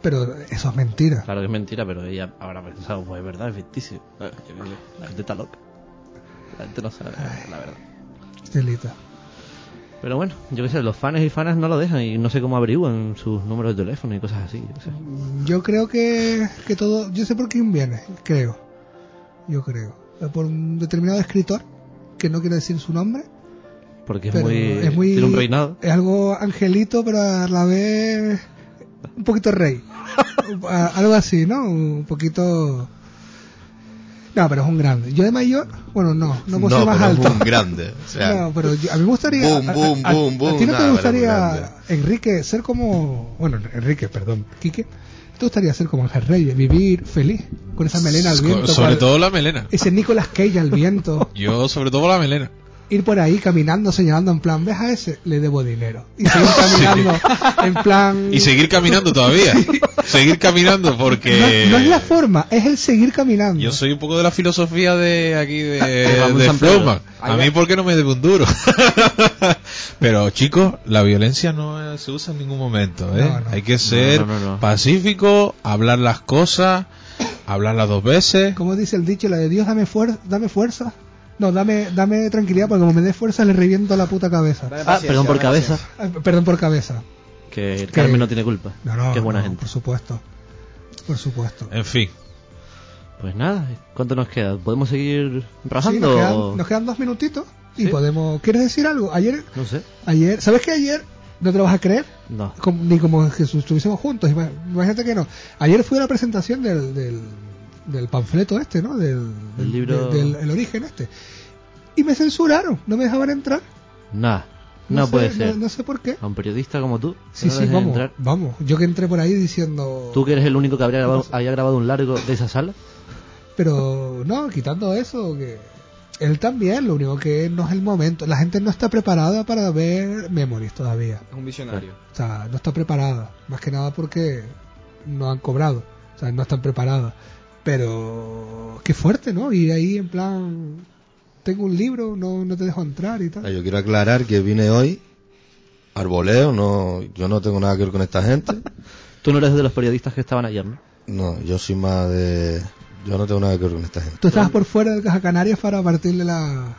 [SPEAKER 1] Pero eso es mentira.
[SPEAKER 3] Claro que es mentira, pero ella habrá pensado, pues es verdad, es ficticio. Eh, yo qué sé, La gente está loca. La gente no sabe la verdad.
[SPEAKER 1] Estelita.
[SPEAKER 3] Pero bueno, yo qué sé, los fans y fanas no lo dejan y no sé cómo averiguan sus números de teléfono y cosas así. yo qué sé.
[SPEAKER 1] Yo creo que, que todo. Yo sé por quién viene, creo. Yo creo. Por un determinado escritor, que no quiero decir su nombre.
[SPEAKER 3] Porque es
[SPEAKER 1] pero
[SPEAKER 3] muy, Tiene un reinado.
[SPEAKER 1] Es algo angelito, pero a la vez. Un poquito rey. A- algo así, ¿no? Un poquito. No, pero es un grande. Yo de mayor, bueno, no, no puedo ser más
[SPEAKER 5] pero es
[SPEAKER 1] alto.
[SPEAKER 5] un grande. O sea,
[SPEAKER 1] no, pero yo- a mí me gustaría.
[SPEAKER 5] Boom,
[SPEAKER 1] a- a-
[SPEAKER 5] boom,
[SPEAKER 1] a-
[SPEAKER 5] boom,
[SPEAKER 1] ¿A
[SPEAKER 5] boom.
[SPEAKER 1] ti no te
[SPEAKER 5] Nah, pero muy
[SPEAKER 1] gustaría,
[SPEAKER 5] grande.
[SPEAKER 1] Enrique, ser como. Bueno, Enrique, perdón, Quique. ¿Te gustaría ser como Ángel Reyes? Vivir feliz con esa melena al viento.
[SPEAKER 4] Sobre
[SPEAKER 1] cual-
[SPEAKER 4] todo la melena.
[SPEAKER 1] Ese Nicolas Cage al viento.
[SPEAKER 4] Yo, sobre todo la melena.
[SPEAKER 1] Ir por ahí caminando, señalando en plan, ¿ves a ese? Le debo dinero. Y seguir caminando en plan.
[SPEAKER 4] Y seguir caminando todavía. seguir caminando porque.
[SPEAKER 1] No es la forma, es el seguir caminando.
[SPEAKER 4] Yo soy un poco de la filosofía de aquí de,
[SPEAKER 1] Ramón
[SPEAKER 4] de
[SPEAKER 1] San Pedro.
[SPEAKER 4] Flowman. A mí, ¿por qué no me debe un duro? Pero, chicos, la violencia no eh, se usa en ningún momento. ¿eh?
[SPEAKER 1] No,
[SPEAKER 4] Hay que ser
[SPEAKER 3] No, no, no, no.
[SPEAKER 4] pacífico, hablar las cosas, hablarlas dos veces.
[SPEAKER 1] Como dice el dicho, la de Dios, dame, fuer dame fuerza. No, dame, dame tranquilidad, porque como me des fuerza le reviento la puta cabeza.
[SPEAKER 3] Ah, perdón por cabeza.
[SPEAKER 1] Ah, Perdón por cabeza.
[SPEAKER 3] Que el Carmen no tiene culpa.
[SPEAKER 1] No, no,
[SPEAKER 3] que es buena
[SPEAKER 1] no,
[SPEAKER 3] gente. Eh,
[SPEAKER 1] Por supuesto. Por supuesto.
[SPEAKER 4] En fin.
[SPEAKER 3] Pues nada, ¿cuánto nos queda? ¿Podemos seguir
[SPEAKER 1] Sí,
[SPEAKER 3] rajando?
[SPEAKER 1] nos,
[SPEAKER 3] o-
[SPEAKER 1] quedan, nos quedan dos minutitos y
[SPEAKER 3] Sí.
[SPEAKER 1] podemos. ¿Quieres decir algo? Ayer,
[SPEAKER 3] No sé.
[SPEAKER 1] ayer, ¿sabes que ayer no te lo vas a creer?
[SPEAKER 3] No.
[SPEAKER 1] Como- ni como que su- estuviésemos juntos. ima- Imagínate que no. Ayer fui a la presentación del, del, del panfleto este, ¿no? Del, del-
[SPEAKER 3] El libro-
[SPEAKER 1] del, del origen este. Y me censuraron, no me dejaban entrar.
[SPEAKER 3] Nada. No,
[SPEAKER 1] No sé,
[SPEAKER 3] puede
[SPEAKER 1] no-
[SPEAKER 3] ser.
[SPEAKER 1] no sé por qué.
[SPEAKER 3] A un periodista como tú.
[SPEAKER 1] Sí,
[SPEAKER 3] no lo
[SPEAKER 1] sí,
[SPEAKER 3] dejan
[SPEAKER 1] vamos,
[SPEAKER 3] entrar.
[SPEAKER 1] vamos. Yo que entré por ahí diciendo.
[SPEAKER 3] Tú que eres el único que habría grabado, había grabado un largo de esa sala.
[SPEAKER 1] Pero no, quitando eso, que él también, lo único que no es el momento. La gente no está preparada para ver Memories todavía.
[SPEAKER 6] Es un visionario.
[SPEAKER 1] O sea, no está preparada. Más que nada porque no han cobrado. O sea, no están preparadas. Pero qué fuerte, ¿no? Ir ahí en plan, tengo un libro, no, no te dejo entrar y
[SPEAKER 5] Ah,
[SPEAKER 1] tal.
[SPEAKER 5] Yo quiero aclarar que vine hoy, arboleo, no, yo no tengo nada que ver con esta gente.
[SPEAKER 3] Tú no eres de los periodistas que estaban ayer, ¿no?
[SPEAKER 5] No, yo soy más de... Yo no tengo nada que ver con esta gente.
[SPEAKER 1] Tú estabas por fuera de Caja Canarias para partirle la...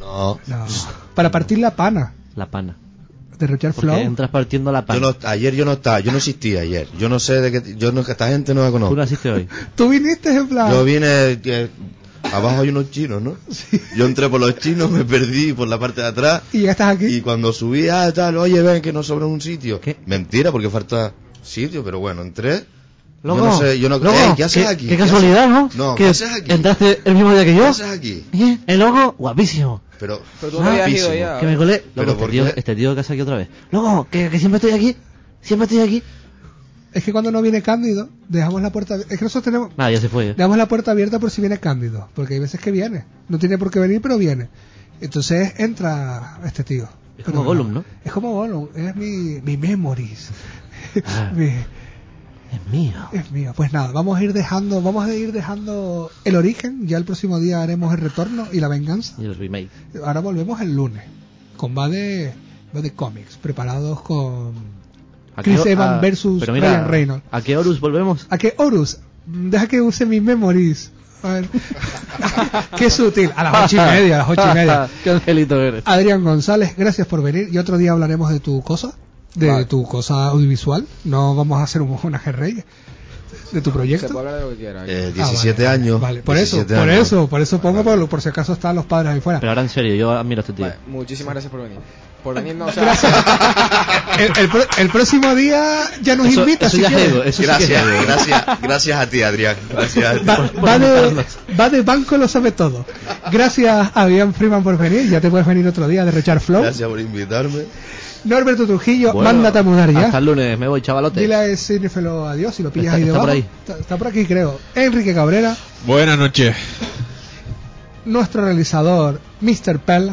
[SPEAKER 5] No,
[SPEAKER 1] No. Para partir la pana.
[SPEAKER 3] La pana.
[SPEAKER 1] Derrochar
[SPEAKER 3] Porque
[SPEAKER 1] flow.
[SPEAKER 3] entras partiendo la
[SPEAKER 5] Yo
[SPEAKER 3] pana.
[SPEAKER 5] no- ayer yo no estaba, yo no existía ayer. Yo no sé de qué... Yo no, que esta gente no la
[SPEAKER 3] Tú
[SPEAKER 5] conozco.
[SPEAKER 3] naciste hoy.
[SPEAKER 1] Tú viniste en plan...
[SPEAKER 5] Yo vine... eh, abajo hay unos chinos, ¿no? Yo entré por los chinos, me perdí por la parte de atrás.
[SPEAKER 1] Y ya estás aquí.
[SPEAKER 5] Y cuando subí, ah, tal, oye, ven que nos sobra un sitio. Mentira, porque falta sitio, pero bueno, entré.
[SPEAKER 3] Loco,
[SPEAKER 5] yo no sé, yo no...
[SPEAKER 3] loco,
[SPEAKER 5] Ey, ¿Qué haces
[SPEAKER 3] qué-
[SPEAKER 5] aquí?
[SPEAKER 3] qué
[SPEAKER 5] ¿Qué haces-
[SPEAKER 3] casualidad, ¿no?
[SPEAKER 5] No,
[SPEAKER 3] Que
[SPEAKER 5] ¿qué haces aquí?
[SPEAKER 3] entraste el mismo día que yo.
[SPEAKER 5] ¿Qué haces aquí?
[SPEAKER 3] Eh, El loco, guapísimo.
[SPEAKER 5] Pero,
[SPEAKER 6] Pero tú no habías ido
[SPEAKER 5] guapísimo. Eh,
[SPEAKER 6] ya.
[SPEAKER 3] Que me colé. Loco,
[SPEAKER 5] Pero
[SPEAKER 3] este,
[SPEAKER 5] ¿por
[SPEAKER 3] tío,
[SPEAKER 5] qué?
[SPEAKER 3] este tío que hace aquí otra vez. Loco, que, que siempre estoy aquí. Siempre estoy aquí.
[SPEAKER 1] Es que cuando no viene Cándido, dejamos la puerta... Es que nosotros tenemos...
[SPEAKER 3] Nada, ya se fue. ya.
[SPEAKER 1] Damos la puerta abierta por si viene Cándido, porque hay veces que viene. No tiene por qué venir, pero viene. Entonces entra este tío.
[SPEAKER 3] Es como Gollum, ¿no?
[SPEAKER 1] Es como Gollum, es mi, mi memories.
[SPEAKER 3] Ah.
[SPEAKER 1] Es mío. Es mío. Pues nada, vamos a ir dejando, vamos a ir dejando el origen, ya el próximo día haremos el retorno y la venganza.
[SPEAKER 3] Y el remake.
[SPEAKER 1] Ahora volvemos el lunes, con va de, va de cómics, preparados con
[SPEAKER 3] ¿A qué
[SPEAKER 1] Chris
[SPEAKER 3] hor-
[SPEAKER 1] Evans
[SPEAKER 3] a-
[SPEAKER 1] versus
[SPEAKER 3] ah, pero mira,
[SPEAKER 1] Ryan Reynolds.
[SPEAKER 3] ¿A qué Horus volvemos?
[SPEAKER 1] ¿A qué Horus? Mm, Deja que use mis memories. A ver. qué sutil. A las ocho y media, a las ocho y media.
[SPEAKER 3] qué angelito eres.
[SPEAKER 1] Adrián González, gracias por venir. Y otro día hablaremos de tu cosa, de tu cosa audiovisual. No vamos a hacer un homenaje rey de tu
[SPEAKER 6] Se
[SPEAKER 1] proyecto.
[SPEAKER 6] puede hablar de lo que quiera. aquí.
[SPEAKER 5] Eh, 17 años.
[SPEAKER 1] Vale, por eso,
[SPEAKER 5] 17
[SPEAKER 1] por
[SPEAKER 5] años.
[SPEAKER 1] eso, por eso pongo por, por si acaso están los padres ahí fuera.
[SPEAKER 3] Pero ahora en serio, yo admiro a este tío.
[SPEAKER 6] Muchísimas gracias por venir. Por venir, no, o sea,
[SPEAKER 1] Gracias. El, el pro- el próximo día ya nos
[SPEAKER 6] Eso-
[SPEAKER 1] invita.
[SPEAKER 6] eso
[SPEAKER 1] si
[SPEAKER 6] ya es
[SPEAKER 1] quieres.
[SPEAKER 6] ego, eso sí
[SPEAKER 5] gracias,
[SPEAKER 6] que es ego.
[SPEAKER 5] gracias, gracias a ti, Adrián. Gracias a ti.
[SPEAKER 1] Va de, va de banco, lo sabe todo. Gracias a Bian Freeman por venir. Ya te puedes venir otro día de Rechar Flow.
[SPEAKER 5] Gracias por invitarme.
[SPEAKER 1] Norberto Trujillo,
[SPEAKER 3] Bueno,
[SPEAKER 1] mándate a mudar ya.
[SPEAKER 3] Hasta el lunes, me voy, chavalote.
[SPEAKER 1] Dile a Cinefelo adiós si lo pillas
[SPEAKER 3] Está-
[SPEAKER 1] ahí
[SPEAKER 3] está
[SPEAKER 1] debajo.
[SPEAKER 3] por ahí.
[SPEAKER 1] Está, está por aquí, creo. Enrique Cabrera,
[SPEAKER 4] Buenas noches.
[SPEAKER 1] nuestro realizador, Mr. Pell,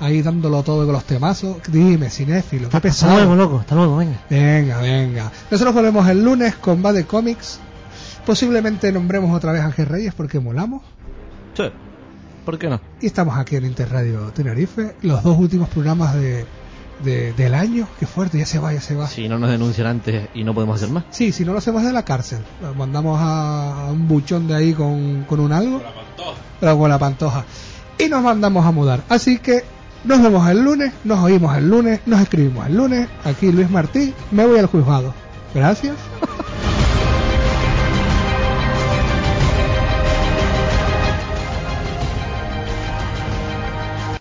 [SPEAKER 1] ahí dándolo todo con los temazos. Dime, cinéfilo, qué
[SPEAKER 9] Hasta luego,
[SPEAKER 1] pesado.
[SPEAKER 9] loco, hasta luego, venga.
[SPEAKER 1] Venga, venga. Nosotros volvemos el lunes con Va de Comics. Posiblemente nombremos otra vez a Ángel Reyes porque molamos.
[SPEAKER 3] Sí. ¿Por qué no?
[SPEAKER 1] Y estamos aquí en Interradio Tenerife, los dos últimos programas de, de- del año. Qué fuerte, ya se va, ya se va.
[SPEAKER 3] Si no nos denuncian antes y no podemos hacer más.
[SPEAKER 1] Sí, si no lo hacemos de la cárcel, lo mandamos a, a un buchón de ahí con, con un algo. Pero con la pantoja. Y nos mandamos a mudar. Así que nos vemos el lunes, nos oímos el lunes, nos escribimos el lunes. Aquí Luis Martí, me voy al juzgado. Gracias.